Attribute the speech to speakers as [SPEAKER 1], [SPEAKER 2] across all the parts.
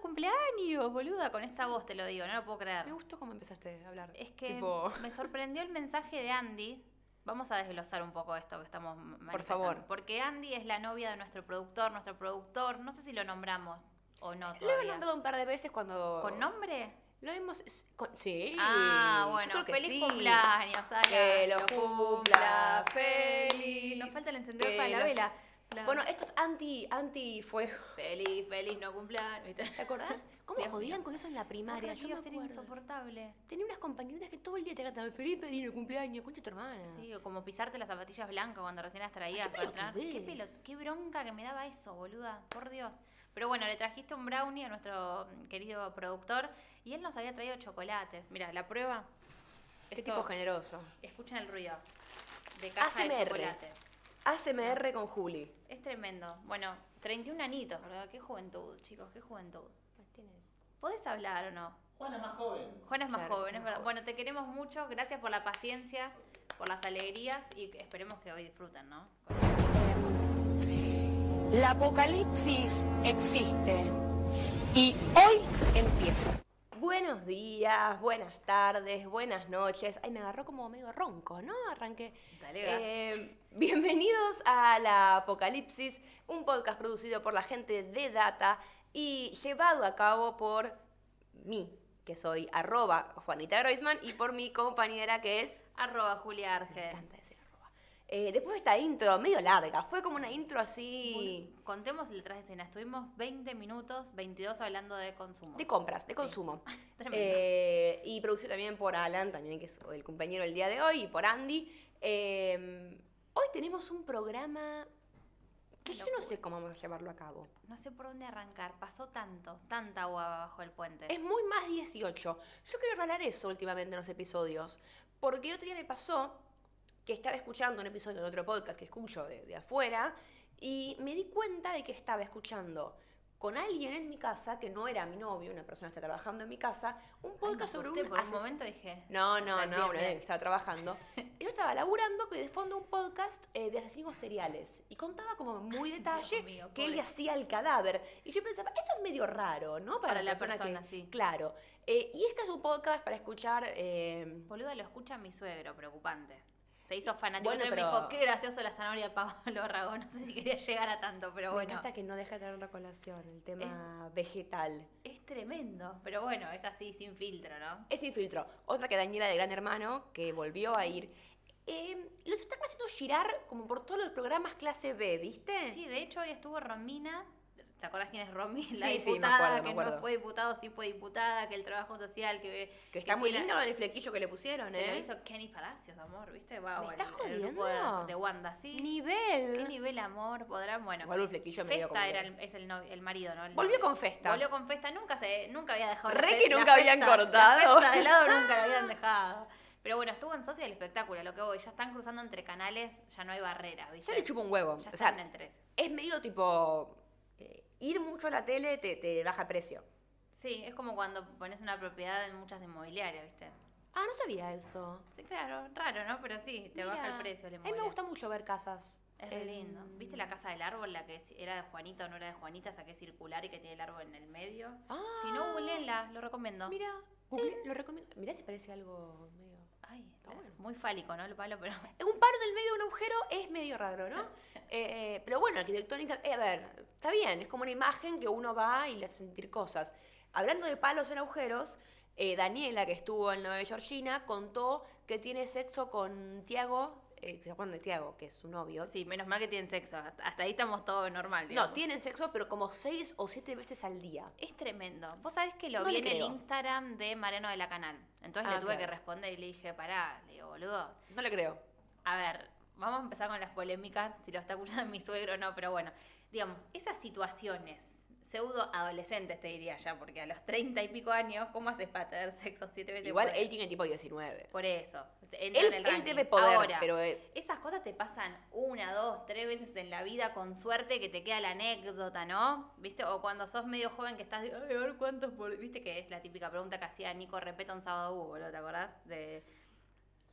[SPEAKER 1] cumpleaños, boluda, con esta voz te lo digo, no lo puedo creer.
[SPEAKER 2] Me gustó cómo empezaste a hablar.
[SPEAKER 1] Es que
[SPEAKER 2] Tipo,
[SPEAKER 1] me sorprendió el mensaje de Andy. Vamos a desglosar un poco esto que estamos manifestando.
[SPEAKER 2] favor.
[SPEAKER 1] Porque Andy es la novia de nuestro productor, nuestro productor, no sé si lo nombramos o no
[SPEAKER 2] Lo he
[SPEAKER 1] todavía.
[SPEAKER 2] mandado un par de veces cuando.
[SPEAKER 1] ¿Con nombre?
[SPEAKER 2] Lo hemos. s- con- sí.
[SPEAKER 1] ah,
[SPEAKER 2] yo
[SPEAKER 1] bueno,
[SPEAKER 2] creo que
[SPEAKER 1] feliz
[SPEAKER 2] sí.
[SPEAKER 1] cumpleaños, Ala.
[SPEAKER 2] Que lo cumpla feliz.
[SPEAKER 1] Nos falta el encendedor
[SPEAKER 2] Que
[SPEAKER 1] para la
[SPEAKER 2] lo-
[SPEAKER 1] vela. La-
[SPEAKER 2] Bueno, esto es anti, anti fuego.
[SPEAKER 1] feliz, feliz, no cumpleaños. ¿viste?
[SPEAKER 2] ¿Te acordás? ¿Cómo
[SPEAKER 1] Dios
[SPEAKER 2] jodían con eso en la primaria?
[SPEAKER 1] Ojalá
[SPEAKER 2] Yo
[SPEAKER 1] iba
[SPEAKER 2] me
[SPEAKER 1] a ser
[SPEAKER 2] acuerdo.
[SPEAKER 1] insoportable.
[SPEAKER 2] Tenía unas compañeritas que todo el día te cantaban feliz el cumpleaños, cuente tu hermana.
[SPEAKER 1] Sí, o como pisarte las zapatillas blancas cuando recién las traías.
[SPEAKER 2] Ah, qué
[SPEAKER 1] para entrar. ¿Qué, pelo,
[SPEAKER 2] pelotudez.
[SPEAKER 1] qué bronca que me daba eso, boluda. Por Dios. Pero bueno, le trajiste un brownie a nuestro mm, querido productor y él nos había traído chocolates. Mira, la prueba.
[SPEAKER 2] Qué
[SPEAKER 1] Esto-
[SPEAKER 2] tipo generoso.
[SPEAKER 1] Escuchen el ruido de caja de
[SPEAKER 2] ASMR.
[SPEAKER 1] chocolate.
[SPEAKER 2] ASMR con Juli.
[SPEAKER 1] Es tremendo. Bueno, 31 anitos, ¿verdad? Qué juventud, chicos, qué juventud.
[SPEAKER 2] Pues
[SPEAKER 1] ¿Podés hablar o no?
[SPEAKER 3] Juana más joven.
[SPEAKER 1] Juana es más
[SPEAKER 2] Claro,
[SPEAKER 1] joven,
[SPEAKER 2] es
[SPEAKER 1] es
[SPEAKER 2] más
[SPEAKER 1] verdad.
[SPEAKER 2] joven.
[SPEAKER 1] Bueno, te queremos mucho. Gracias por la paciencia, por las alegrías y esperemos que hoy disfruten, ¿no?
[SPEAKER 4] El apocalipsis existe y hoy empieza.
[SPEAKER 2] Buenos días, buenas tardes, buenas noches. Ay, me agarró como medio ronco, ¿no? Arranqué.
[SPEAKER 1] Dale, gas.
[SPEAKER 2] Eh, bienvenidos a La Apocalipsis, un podcast producido por la gente de Data y llevado a cabo por mí, que soy arroba Juanita Groisman, y por mi compañera que es...
[SPEAKER 1] Arroba Julia
[SPEAKER 2] Me
[SPEAKER 1] Argel.
[SPEAKER 2] encanta decir arroba. Eh, después de esta intro medio larga, fue como una intro así...
[SPEAKER 1] Contemos el detrás de escena. Estuvimos 20 minutos, 22 hablando de consumo.
[SPEAKER 2] De compras, de consumo.
[SPEAKER 1] Tremendo.
[SPEAKER 2] Eh, y producido también por Alan, también que es el compañero del día de hoy, y por Andy. Eh, hoy tenemos un programa que yo no sé cómo vamos a llevarlo a cabo.
[SPEAKER 1] No sé por dónde arrancar. Pasó tanto, tanta agua bajo el puente.
[SPEAKER 2] Es muy más 18. Yo quiero hablar eso últimamente en los episodios, porque el otro día me pasó que estaba escuchando un episodio de otro podcast que escucho de, de afuera y me di cuenta de que estaba escuchando con alguien en mi casa, que no era mi novio, una persona que está trabajando en mi casa, un
[SPEAKER 1] Ay, me
[SPEAKER 2] podcast sobre
[SPEAKER 1] asusté,
[SPEAKER 2] un
[SPEAKER 1] por un
[SPEAKER 2] ases-
[SPEAKER 1] momento dije.
[SPEAKER 2] No, no,
[SPEAKER 1] Está
[SPEAKER 2] no,
[SPEAKER 1] bien,
[SPEAKER 2] una
[SPEAKER 1] bien.
[SPEAKER 2] vez que estaba trabajando. Y Yo estaba laburando que de fondo un podcast eh, de asesinos seriales y contaba como muy detalle
[SPEAKER 1] mío,
[SPEAKER 2] que él le
[SPEAKER 1] pobre.
[SPEAKER 2] hacía el cadáver. Y yo pensaba, esto es medio raro, ¿no?
[SPEAKER 1] Para la persona,
[SPEAKER 2] que,
[SPEAKER 1] sí.
[SPEAKER 2] Claro. Eh, y este es un podcast para escuchar. eh,
[SPEAKER 1] Boluda, lo escucha mi suegro, preocupante. Se hizo fanático
[SPEAKER 2] Bueno,
[SPEAKER 1] y me
[SPEAKER 2] pero-
[SPEAKER 1] dijo, qué gracioso la zanahoria de Pablo Rago. No sé si quería llegar a tanto, pero
[SPEAKER 2] me
[SPEAKER 1] bueno.
[SPEAKER 2] encanta que no deja de traer la colación, el tema vegetal.
[SPEAKER 1] Es tremendo, pero bueno, es así, sin filtro, ¿no?
[SPEAKER 2] Es sin filtro. Otra que Daniela de Gran Hermano, que volvió a ir. Eh, los están haciendo girar como por todos los programas clase B, ¿viste?
[SPEAKER 1] Sí, de hecho hoy estuvo Romina. ¿Te acuerdas quién es Romina? La
[SPEAKER 2] Sí,
[SPEAKER 1] diputada
[SPEAKER 2] sí, me acuerdo, me
[SPEAKER 1] que
[SPEAKER 2] acuerdo.
[SPEAKER 1] no fue diputado, sí fue diputada, que el trabajo social, que...
[SPEAKER 2] Que está
[SPEAKER 1] sí
[SPEAKER 2] muy
[SPEAKER 1] la-
[SPEAKER 2] lindo el flequillo que le pusieron,
[SPEAKER 1] Se
[SPEAKER 2] ¿eh?
[SPEAKER 1] lo hizo Kenny Palacios, amor, ¿viste? Wow,
[SPEAKER 2] ¿Me estás
[SPEAKER 1] el- el grupo
[SPEAKER 2] jodiendo?
[SPEAKER 1] de, de Wanda, sí.
[SPEAKER 2] Nivel.
[SPEAKER 1] ¿Qué nivel amor podrán? Bueno.
[SPEAKER 2] Igual un flequillo medio como-
[SPEAKER 1] Festa era el, es el, novio- el marido, ¿no? El
[SPEAKER 2] Volvió
[SPEAKER 1] novio.
[SPEAKER 2] con Festa.
[SPEAKER 1] Volvió con Festa. Nunca, se, nunca había dejado. la
[SPEAKER 2] Re
[SPEAKER 1] fe-
[SPEAKER 2] que
[SPEAKER 1] la
[SPEAKER 2] nunca habían
[SPEAKER 1] Festa-
[SPEAKER 2] cortado.
[SPEAKER 1] La festa de lado nunca la habían dejado. Pero bueno, estuvo en Socio del Espectáculo, lo que voy. Ya están cruzando entre canales, ya no hay barrera, ¿viste?
[SPEAKER 2] Yo le chupo un huevo.
[SPEAKER 1] Ya
[SPEAKER 2] o sea,
[SPEAKER 1] están en tres.
[SPEAKER 2] es medio tipo. eh, ir mucho a la tele te, te baja el precio.
[SPEAKER 1] Sí, es como cuando pones una propiedad en muchas inmobiliarias, ¿viste?
[SPEAKER 2] Ah, no sabía eso.
[SPEAKER 1] Sí, claro, raro, ¿no? Pero sí, te baja el precio. la
[SPEAKER 2] A mí me
[SPEAKER 1] inmobiliaria.
[SPEAKER 2] gusta mucho ver casas.
[SPEAKER 1] Es re
[SPEAKER 2] en-
[SPEAKER 1] lindo. ¿Viste la casa del árbol, la que es- era de Juanita o no era de Juanita, esa que es circular y que tiene el árbol en el medio?
[SPEAKER 2] Ah.
[SPEAKER 1] Si no, googleenla, lo recomiendo.
[SPEAKER 2] Mira, Google, lo recomiendo. Mirá, te parece algo medio.
[SPEAKER 1] Ay,
[SPEAKER 2] Está bueno.
[SPEAKER 1] muy fálico, ¿no? El palo, pero
[SPEAKER 2] Es Un paro en el medio de un agujero es medio raro, ¿no? Eh, eh, pero bueno, arquitectónica. eh, a ver, está bien, es como una imagen que uno va y le hace sentir cosas. Hablando de palos en agujeros, eh, Daniela, que estuvo en lo de Georgina, contó que tiene sexo con Tiago. eh, ¿Se acuerdan de Tiago? Que es su novio.
[SPEAKER 1] sí, menos mal que tienen sexo. Hasta hasta ahí estamos todo normal.
[SPEAKER 2] No,
[SPEAKER 1] digamos.
[SPEAKER 2] tienen sexo, pero como seis o siete veces al día.
[SPEAKER 1] Es tremendo. Vos sabés que lo
[SPEAKER 2] No
[SPEAKER 1] vi
[SPEAKER 2] le
[SPEAKER 1] en el
[SPEAKER 2] creo.
[SPEAKER 1] Instagram de Mariano de la Canal. Entonces
[SPEAKER 2] Ah,
[SPEAKER 1] le tuve que
[SPEAKER 2] claro.
[SPEAKER 1] responder y le dije, pará, le digo, boludo,
[SPEAKER 2] No le creo.
[SPEAKER 1] A ver, vamos a empezar con las polémicas, si lo está escuchando mi suegro o no, pero bueno, digamos, esas situaciones, pseudo adolescentes te diría ya, porque a los 30 y pico años, ¿cómo haces para tener sexo siete veces?
[SPEAKER 2] Igual
[SPEAKER 1] por,
[SPEAKER 2] él tiene tipo 19.
[SPEAKER 1] por eso. entra en
[SPEAKER 2] Él,
[SPEAKER 1] el
[SPEAKER 2] él
[SPEAKER 1] ranking.
[SPEAKER 2] debe poder,
[SPEAKER 1] Ahora,
[SPEAKER 2] pero eh,
[SPEAKER 1] Esas cosas te pasan una, dos, tres veces en la vida con suerte que te queda la anécdota, ¿no? ¿Viste? O cuando sos medio joven que estás de, ay, a ver cuántos por-". ¿Viste que es la típica pregunta que hacía Nico Repeta un sábado hubo, ¿te acordás? De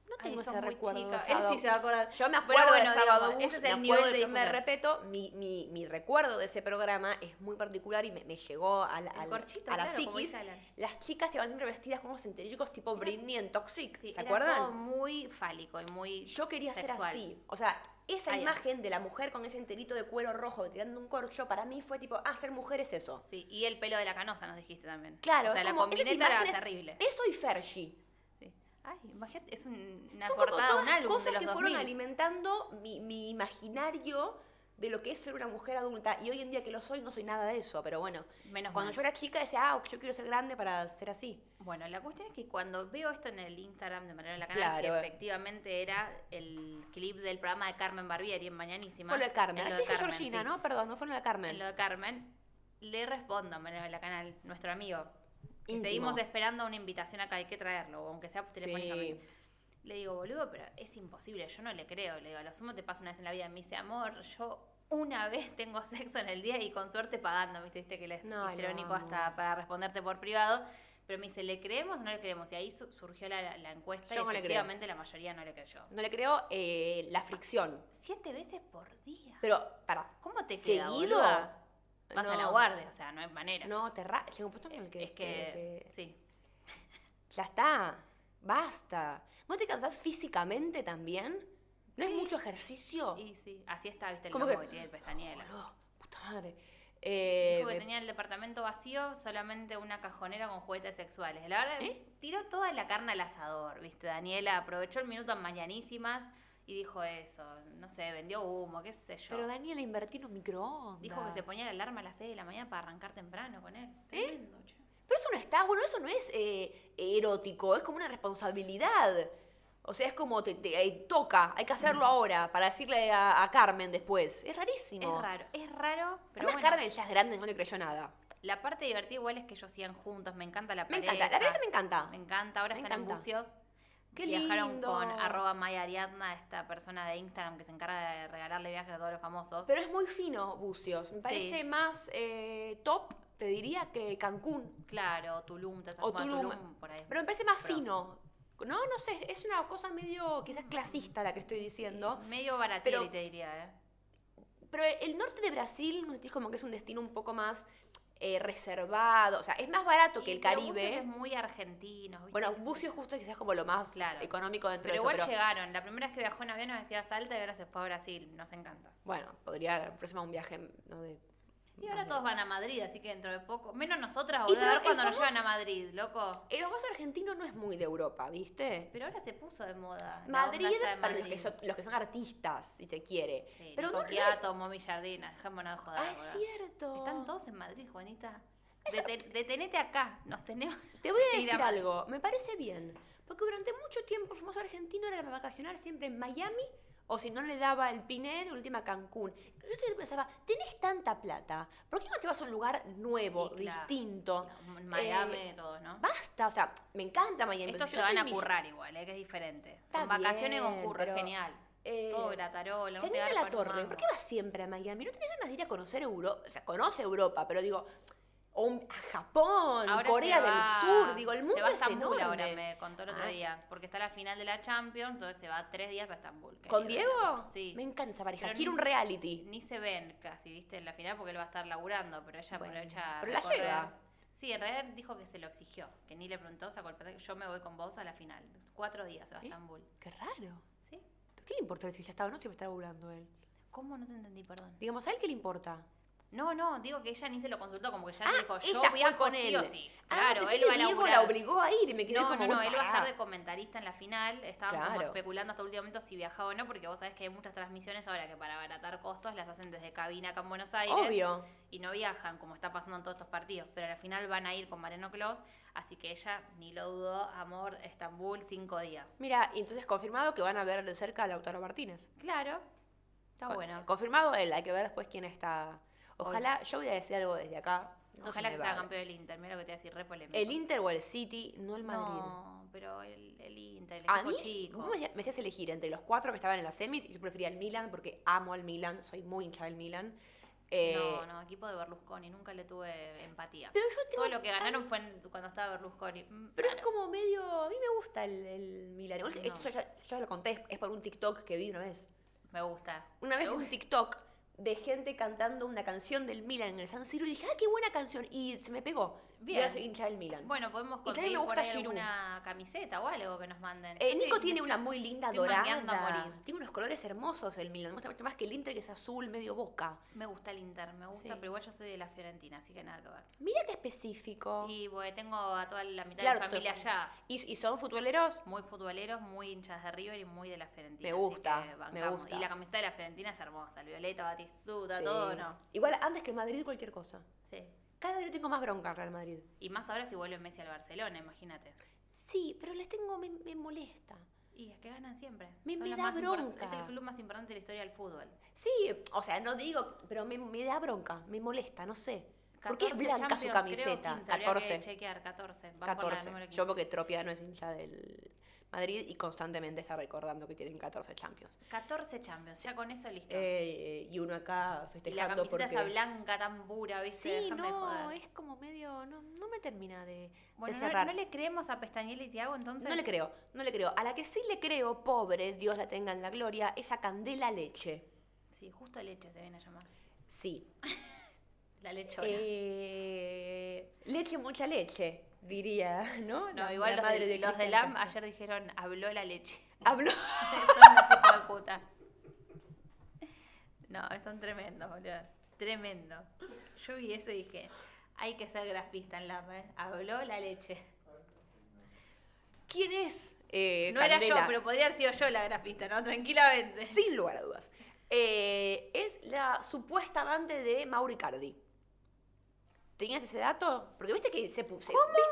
[SPEAKER 2] No tengo
[SPEAKER 1] sos
[SPEAKER 2] ese
[SPEAKER 1] muy
[SPEAKER 2] recuerdo.
[SPEAKER 1] chica.
[SPEAKER 2] de sábado.
[SPEAKER 1] Él sí se va a acordar.
[SPEAKER 2] Yo me
[SPEAKER 1] Pero
[SPEAKER 2] acuerdo
[SPEAKER 1] bueno,
[SPEAKER 2] de Sábado
[SPEAKER 1] digamos,
[SPEAKER 2] Bus,
[SPEAKER 1] ese es
[SPEAKER 2] me
[SPEAKER 1] el
[SPEAKER 2] acuerdo
[SPEAKER 1] nivel
[SPEAKER 2] del
[SPEAKER 1] de
[SPEAKER 2] primer
[SPEAKER 1] profundidad.
[SPEAKER 2] repeto. Mi, mi, mi recuerdo de ese programa es muy particular y me, me llegó al,
[SPEAKER 1] El
[SPEAKER 2] al-
[SPEAKER 1] corchito,
[SPEAKER 2] a la
[SPEAKER 1] claro, como
[SPEAKER 2] psiquis.
[SPEAKER 1] dice Alan.
[SPEAKER 2] Las chicas iban siempre vestidas como centenéricos tipo Britney en Toxic,
[SPEAKER 1] Sí,
[SPEAKER 2] ¿se
[SPEAKER 1] era
[SPEAKER 2] acuerdan?
[SPEAKER 1] todo muy fálico y muy
[SPEAKER 2] Yo quería
[SPEAKER 1] sexual.
[SPEAKER 2] ser así. O sea, esa
[SPEAKER 1] Ahí va.
[SPEAKER 2] imagen de la mujer con ese enterito de cuero rojo tirando un corcho, para mí fue tipo, ah, ser mujer es eso.
[SPEAKER 1] Sí, y el pelo de la canosa nos dijiste también.
[SPEAKER 2] Claro,
[SPEAKER 1] O sea,
[SPEAKER 2] es
[SPEAKER 1] la
[SPEAKER 2] como, esas
[SPEAKER 1] combineta era
[SPEAKER 2] imágenes-
[SPEAKER 1] terrible.
[SPEAKER 2] Eso y Fergie.
[SPEAKER 1] Sí. Ay, imagínate, es un- una
[SPEAKER 2] Son como
[SPEAKER 1] portada,
[SPEAKER 2] todas
[SPEAKER 1] un álbum de
[SPEAKER 2] cosas
[SPEAKER 1] los
[SPEAKER 2] que fueron
[SPEAKER 1] 2000.
[SPEAKER 2] alimentando mi, mi imaginario de lo que es ser una mujer adulta. Y hoy en día que lo soy, no soy nada de eso. Pero bueno,
[SPEAKER 1] Menos
[SPEAKER 2] cuando
[SPEAKER 1] mal.
[SPEAKER 2] yo era chica decía, ah, yo quiero ser grande para ser así.
[SPEAKER 1] Bueno, la cuestión es que cuando veo esto en el Instagram de Manuela la Canal,
[SPEAKER 2] Claro.
[SPEAKER 1] que efectivamente era el clip del programa de Carmen Barbieri en Mañanísima.
[SPEAKER 2] Fue lo de Carmen.
[SPEAKER 1] en lo
[SPEAKER 2] Así
[SPEAKER 1] de
[SPEAKER 2] dije
[SPEAKER 1] Carmen,
[SPEAKER 2] Georgina,
[SPEAKER 1] sí.
[SPEAKER 2] ¿no? Perdón, no fue lo de
[SPEAKER 1] En
[SPEAKER 2] Carmen.
[SPEAKER 1] lo de Carmen, le respondo a Manuela la Canal, nuestro amigo. que
[SPEAKER 2] Íntimo.
[SPEAKER 1] Seguimos esperando una invitación acá, hay que traerlo, o aunque sea telefónicamente.
[SPEAKER 2] Sí.
[SPEAKER 1] Le digo, boludo, pero es imposible, yo no le creo. Le digo, a lo sumo te pasa una vez en la vida. Me dice, amor, yo una vez tengo sexo en el día y con suerte pagando. Me dice, viste que le es
[SPEAKER 2] No, lo
[SPEAKER 1] histriónico
[SPEAKER 2] amo.
[SPEAKER 1] hasta para responderte por privado. Pero me dice, ¿le creemos o no le creemos? Y ahí su- surgió la, la- la encuesta
[SPEAKER 2] Yo
[SPEAKER 1] y
[SPEAKER 2] no le creo.
[SPEAKER 1] efectivamente la mayoría no le creyó.
[SPEAKER 2] No le creo eh, la fricción.
[SPEAKER 1] Siete veces por día.
[SPEAKER 2] Pero, para.
[SPEAKER 1] ¿Cómo te queda,
[SPEAKER 2] ¿Seguido?
[SPEAKER 1] boluda? Vas a la
[SPEAKER 2] No.
[SPEAKER 1] guardia, o sea, no hay manera.
[SPEAKER 2] No, te ra llega un punto en el que,
[SPEAKER 1] es que,
[SPEAKER 2] que-
[SPEAKER 1] sí.
[SPEAKER 2] ya está, basta. ¿No te cansás físicamente también? ¿No es mucho ejercicio?
[SPEAKER 1] Y sí, así está, viste, el
[SPEAKER 2] ¿Cómo
[SPEAKER 1] loco
[SPEAKER 2] Oh. que? Oh,
[SPEAKER 1] que tiene el pestañuelo.
[SPEAKER 2] Boludo, puta madre. Eh,
[SPEAKER 1] Dijo que
[SPEAKER 2] me-
[SPEAKER 1] tenía el departamento vacío, solamente una cajonera con juguetes sexuales. La verdad,
[SPEAKER 2] ¿Eh?
[SPEAKER 1] tiró toda la carne al asador, ¿viste? Daniela aprovechó el minuto en mañanísimas y dijo eso. No sé, vendió humo, qué sé yo.
[SPEAKER 2] Pero Daniela invertí en los microondas.
[SPEAKER 1] dijo que se ponía la alarma a las 6 de la mañana para arrancar temprano con él.
[SPEAKER 2] ¿Eh?
[SPEAKER 1] Tremendo, che.
[SPEAKER 2] Pero eso no está, bueno, eso no es eh, erótico, es como una responsabilidad. O sea, es como te, te- eh, toca, hay que
[SPEAKER 1] Mm.
[SPEAKER 2] hacerlo ahora para decirle a, a Carmen después. Es rarísimo.
[SPEAKER 1] Es raro, es raro, pero
[SPEAKER 2] Además,
[SPEAKER 1] bueno.
[SPEAKER 2] Carmen ya es grande, no le creyó nada.
[SPEAKER 1] La parte divertida igual es que ellos sigan juntos, me encanta la
[SPEAKER 2] Me
[SPEAKER 1] pareja.
[SPEAKER 2] encanta, la verdad es que me encanta.
[SPEAKER 1] Me encanta, ahora
[SPEAKER 2] Me
[SPEAKER 1] están
[SPEAKER 2] encanta.
[SPEAKER 1] en bucios.
[SPEAKER 2] Qué
[SPEAKER 1] Viajaron
[SPEAKER 2] lindo.
[SPEAKER 1] con arroba Maya Ariadna, esta persona de Instagram que se encarga de regalarle viajes a todos los famosos.
[SPEAKER 2] Pero es muy fino Bucios. Me parece más eh, top, te diría, que Cancún.
[SPEAKER 1] Claro, Tulum, todas esas-
[SPEAKER 2] O
[SPEAKER 1] bueno,
[SPEAKER 2] Tulum.
[SPEAKER 1] por ahí.
[SPEAKER 2] Pero me parece más
[SPEAKER 1] Pero-
[SPEAKER 2] fino. No, no sé, es una cosa medio quizás clasista la que estoy diciendo.
[SPEAKER 1] Medio baratieri,
[SPEAKER 2] Pero-
[SPEAKER 1] te diría, ¿eh?
[SPEAKER 2] Pero el norte de Brasil, nos decís como que es un destino un poco más eh, reservado. O sea, es más barato que
[SPEAKER 1] Y-
[SPEAKER 2] el
[SPEAKER 1] pero Bucios
[SPEAKER 2] Caribe.
[SPEAKER 1] es muy argentino. ¿viste?
[SPEAKER 2] Bueno,
[SPEAKER 1] Es-
[SPEAKER 2] Bucios justo es quizás como lo más
[SPEAKER 1] Claro.
[SPEAKER 2] económico dentro
[SPEAKER 1] Pero
[SPEAKER 2] de
[SPEAKER 1] igual
[SPEAKER 2] eso. pero-
[SPEAKER 1] llegaron. La primera vez que viajó en avión nos decía Salta y ahora se fue a Brasil. Nos encanta.
[SPEAKER 2] Bueno, podría la próxima un viaje ¿no? de...
[SPEAKER 1] Y ahora todos van a Madrid, así que dentro de poco. Menos nosotras,
[SPEAKER 2] Y
[SPEAKER 1] boludo. A
[SPEAKER 2] pero
[SPEAKER 1] ver cuando
[SPEAKER 2] el
[SPEAKER 1] nos
[SPEAKER 2] famoso-
[SPEAKER 1] llevan a Madrid, loco.
[SPEAKER 2] El famoso argentino no es muy de Europa, ¿viste?
[SPEAKER 1] Pero ahora se puso de moda. la onda
[SPEAKER 2] Madrid,
[SPEAKER 1] esta de
[SPEAKER 2] para los
[SPEAKER 1] Madrid.
[SPEAKER 2] que, son, los que son artistas, si se quiere.
[SPEAKER 1] Sí, "Ah,
[SPEAKER 2] pero no,
[SPEAKER 1] Coquiato, Momi Jardina, dejémonos de joder.
[SPEAKER 2] Ah, es
[SPEAKER 1] boluda.
[SPEAKER 2] cierto.
[SPEAKER 1] Están todos en Madrid, Juanita. Deten- detenete acá, nos tenemos.
[SPEAKER 2] Te voy a
[SPEAKER 1] que ir
[SPEAKER 2] decir
[SPEAKER 1] a-
[SPEAKER 2] algo, me parece bien. Porque durante mucho tiempo el famoso argentino era vacacionar siempre en Miami o si no le daba el Piné de última Cancún. Yo siempre pensaba, tenés tanta plata, ¿por qué no te vas a un lugar nuevo,
[SPEAKER 1] Sí, claro,
[SPEAKER 2] distinto?
[SPEAKER 1] claro, Miami,
[SPEAKER 2] Eh,
[SPEAKER 1] todos, ¿no?
[SPEAKER 2] Basta, o sea, me encanta Miami. pero
[SPEAKER 1] Estos
[SPEAKER 2] si
[SPEAKER 1] se
[SPEAKER 2] yo
[SPEAKER 1] van
[SPEAKER 2] soy
[SPEAKER 1] a
[SPEAKER 2] mi-
[SPEAKER 1] currar igual, eh, que es diferente.
[SPEAKER 2] Está
[SPEAKER 1] Son vacaciones con
[SPEAKER 2] bien,
[SPEAKER 1] curro, es
[SPEAKER 2] pero,
[SPEAKER 1] genial.
[SPEAKER 2] eh,
[SPEAKER 1] Todo gratarola, no te
[SPEAKER 2] Yanina la
[SPEAKER 1] garpan un
[SPEAKER 2] Torre,
[SPEAKER 1] mango.
[SPEAKER 2] ¿por qué vas siempre a Miami? ¿No tenés ganas de ir a conocer Europa? O sea, conoce Europa, pero digo, o un- a Japón,
[SPEAKER 1] Ahora se
[SPEAKER 2] Corea del
[SPEAKER 1] va-
[SPEAKER 2] Sur, digo, el mundo
[SPEAKER 1] se va a
[SPEAKER 2] es
[SPEAKER 1] Estambul
[SPEAKER 2] enorme.
[SPEAKER 1] ahora, me contó el otro
[SPEAKER 2] Ah.
[SPEAKER 1] día, porque está la final de la Champions, entonces se va tres días a Estambul. querido.
[SPEAKER 2] ¿Con Diego?
[SPEAKER 1] Sí.
[SPEAKER 2] Me encanta esa pareja.
[SPEAKER 1] Pero
[SPEAKER 2] Quiero
[SPEAKER 1] ni-
[SPEAKER 2] un reality.
[SPEAKER 1] Ni se ven casi, viste, en la final, porque él va a estar laburando, pero ella
[SPEAKER 2] Bueno,
[SPEAKER 1] aprovecha. a
[SPEAKER 2] pero la
[SPEAKER 1] recorrer.
[SPEAKER 2] lleva.
[SPEAKER 1] Sí, en realidad dijo que se lo exigió, que ni le preguntó, sacó el pasaje, yo me voy con vos a la final. Cuatro días se va a
[SPEAKER 2] ¿Eh?
[SPEAKER 1] Estambul.
[SPEAKER 2] Qué raro.
[SPEAKER 1] ¿Sí?
[SPEAKER 2] ¿Pero qué le importa si ya estaba o no? Si va a estar laburando él.
[SPEAKER 1] ¿Cómo no te entendí, perdón?
[SPEAKER 2] Digamos, ¿a él qué le importa?
[SPEAKER 1] No, no, digo que ella ni se lo consultó, como que ya
[SPEAKER 2] Ah,
[SPEAKER 1] le dijo, yo
[SPEAKER 2] ella
[SPEAKER 1] voy a
[SPEAKER 2] fue con
[SPEAKER 1] sí
[SPEAKER 2] él.
[SPEAKER 1] o sí.
[SPEAKER 2] Ah,
[SPEAKER 1] Claro,
[SPEAKER 2] pensé
[SPEAKER 1] él
[SPEAKER 2] que
[SPEAKER 1] va a
[SPEAKER 2] Diego
[SPEAKER 1] laburar.
[SPEAKER 2] la obligó a ir y me quedé
[SPEAKER 1] No,
[SPEAKER 2] como,
[SPEAKER 1] no, no,
[SPEAKER 2] "Uy,
[SPEAKER 1] él va a
[SPEAKER 2] pará".
[SPEAKER 1] estar de comentarista en la final. Estaban como
[SPEAKER 2] Claro.
[SPEAKER 1] especulando hasta último momento si viajaba o no, porque vos sabés que hay muchas transmisiones ahora que para abaratar costos las hacen desde cabina acá en Buenos Aires.
[SPEAKER 2] Obvio.
[SPEAKER 1] Y no viajan, como está pasando en todos estos partidos. Pero al final van a ir con Mariano Clos, así que ella ni lo dudó, amor, Estambul, cinco días.
[SPEAKER 2] Mira, y entonces confirmado que van a ver de cerca a Lautaro Martínez.
[SPEAKER 1] Claro, está
[SPEAKER 2] Con-
[SPEAKER 1] Ah, bueno.
[SPEAKER 2] Confirmado él, hay que ver después quién está. Ojalá, yo voy a decir algo desde acá. no
[SPEAKER 1] Ojalá
[SPEAKER 2] me
[SPEAKER 1] que sea
[SPEAKER 2] vale.
[SPEAKER 1] campeón el Inter, mira lo que te voy a decir, re polémico.
[SPEAKER 2] El Inter o el City, no el Madrid.
[SPEAKER 1] No, pero el, el Inter, el
[SPEAKER 2] A
[SPEAKER 1] equipo
[SPEAKER 2] mí,
[SPEAKER 1] chico.
[SPEAKER 2] vos me hacías- me hacías elegir entre los cuatro que estaban en las semis, y yo prefería el Milan porque amo al Milan, soy muy hincha del Milan. Eh,
[SPEAKER 1] no, no, equipo de Berlusconi, nunca le tuve empatía.
[SPEAKER 2] Pero yo tengo
[SPEAKER 1] Todo lo que ganaron fue en- cuando estaba Berlusconi. Mm,
[SPEAKER 2] Pero es
[SPEAKER 1] raro.
[SPEAKER 2] como medio. A mí me gusta el, el Milan. Igual
[SPEAKER 1] No.
[SPEAKER 2] Esto ya, ya lo conté, es, es por un TikTok que vi una vez.
[SPEAKER 1] Me gusta.
[SPEAKER 2] Una vez
[SPEAKER 1] Me
[SPEAKER 2] vi un
[SPEAKER 1] gusta.
[SPEAKER 2] TikTok de gente cantando una canción del Milan en el San Siro y dije, ¡ah, qué buena canción! Y se me pegó. Y
[SPEAKER 1] Bien.
[SPEAKER 2] ahora soy hincha del Milan.
[SPEAKER 1] Bueno, podemos
[SPEAKER 2] también
[SPEAKER 1] conseguir
[SPEAKER 2] me
[SPEAKER 1] por
[SPEAKER 2] gusta
[SPEAKER 1] ahí
[SPEAKER 2] Giroud.
[SPEAKER 1] alguna camiseta o algo que nos manden.
[SPEAKER 2] Eh,
[SPEAKER 1] Yo
[SPEAKER 2] Nico
[SPEAKER 1] estoy-
[SPEAKER 2] tiene
[SPEAKER 1] me
[SPEAKER 2] una
[SPEAKER 1] estoy-
[SPEAKER 2] muy linda
[SPEAKER 1] estoy mangueando a
[SPEAKER 2] dorada.
[SPEAKER 1] morir.
[SPEAKER 2] Tiene unos colores hermosos el Milan. Me gusta mucho más que el Inter, que es azul, medio boca.
[SPEAKER 1] Me gusta el Inter, me gusta,
[SPEAKER 2] Sí.
[SPEAKER 1] pero igual yo soy de la Fiorentina, así que nada que ver.
[SPEAKER 2] Mira qué específico.
[SPEAKER 1] Y bueno, tengo a toda la mitad de
[SPEAKER 2] Oh. Claro,
[SPEAKER 1] la familia
[SPEAKER 2] todo-
[SPEAKER 1] allá.
[SPEAKER 2] ¿Y, y son futboleros?
[SPEAKER 1] Muy futboleros, muy hinchas de River y muy de la Fiorentina.
[SPEAKER 2] Me
[SPEAKER 1] así
[SPEAKER 2] gusta,
[SPEAKER 1] que
[SPEAKER 2] me
[SPEAKER 1] bancamos.
[SPEAKER 2] gusta.
[SPEAKER 1] Y la camiseta de la Fiorentina es hermosa, el violeta, batistuta,
[SPEAKER 2] Sí.
[SPEAKER 1] todo, ¿no?
[SPEAKER 2] Igual antes que el Madrid, cualquier cosa.
[SPEAKER 1] Sí.
[SPEAKER 2] Cada vez le tengo más bronca al Real Madrid.
[SPEAKER 1] Y más ahora si vuelve Messi al Barcelona, imagínate.
[SPEAKER 2] Sí, pero les tengo, me, me molesta.
[SPEAKER 1] Y es que ganan siempre.
[SPEAKER 2] Me-
[SPEAKER 1] Son
[SPEAKER 2] me
[SPEAKER 1] los
[SPEAKER 2] da
[SPEAKER 1] más import-
[SPEAKER 2] bronca.
[SPEAKER 1] Es el club más importante de la historia del fútbol.
[SPEAKER 2] Sí, o sea, no digo, pero me, me da bronca, me molesta, no sé. ¿Por qué es
[SPEAKER 1] 14
[SPEAKER 2] blanca su
[SPEAKER 1] Champions, creo,
[SPEAKER 2] camiseta?
[SPEAKER 1] 15, habría
[SPEAKER 2] 14.
[SPEAKER 1] que chequear, 14. Van por la
[SPEAKER 2] 14.
[SPEAKER 1] número 15.
[SPEAKER 2] Yo porque Tropia no es hincha del Madrid y constantemente está recordando que tienen 14 Champions.
[SPEAKER 1] 14 Champions, ya con eso listo.
[SPEAKER 2] Eh, y uno
[SPEAKER 1] y
[SPEAKER 2] acá
[SPEAKER 1] la
[SPEAKER 2] festejando
[SPEAKER 1] camiseta
[SPEAKER 2] porque...
[SPEAKER 1] esa blanca tan pura, ¿viste?
[SPEAKER 2] sí,
[SPEAKER 1] Déjame
[SPEAKER 2] no,
[SPEAKER 1] joder.
[SPEAKER 2] es como medio... No, no me termina de,
[SPEAKER 1] Bueno,
[SPEAKER 2] de
[SPEAKER 1] no-
[SPEAKER 2] cerrar.
[SPEAKER 1] No, le creemos a Pestañel y Tiago entonces?
[SPEAKER 2] No le creo, no le creo. A la que sí le creo, pobre, Dios la tenga en la gloria, es a Candela Leche.
[SPEAKER 1] Sí, justo leche se viene a llamar.
[SPEAKER 2] Sí.
[SPEAKER 1] La lechona.
[SPEAKER 2] Eh, leche, mucha leche, diría, ¿no?
[SPEAKER 1] no,
[SPEAKER 2] La-
[SPEAKER 1] igual
[SPEAKER 2] la
[SPEAKER 1] los, de, los de
[SPEAKER 2] Cristian
[SPEAKER 1] LAM
[SPEAKER 2] Castro.
[SPEAKER 1] ayer dijeron, habló la leche.
[SPEAKER 2] Habló.
[SPEAKER 1] son unos hijos de puta. No, son tremendos, boludo. Tremendo. Yo vi eso y dije, hay que ser grafista en LAM, ¿eh? Habló la leche.
[SPEAKER 2] ¿Quién es? eh,
[SPEAKER 1] no era yo,
[SPEAKER 2] Candela?
[SPEAKER 1] pero podría haber sido yo la grafista, ¿no? Tranquilamente.
[SPEAKER 2] Sin lugar a dudas. Eh, es la supuesta amante de Mauricardi. ¿Tenías ese dato? Porque viste que se puso.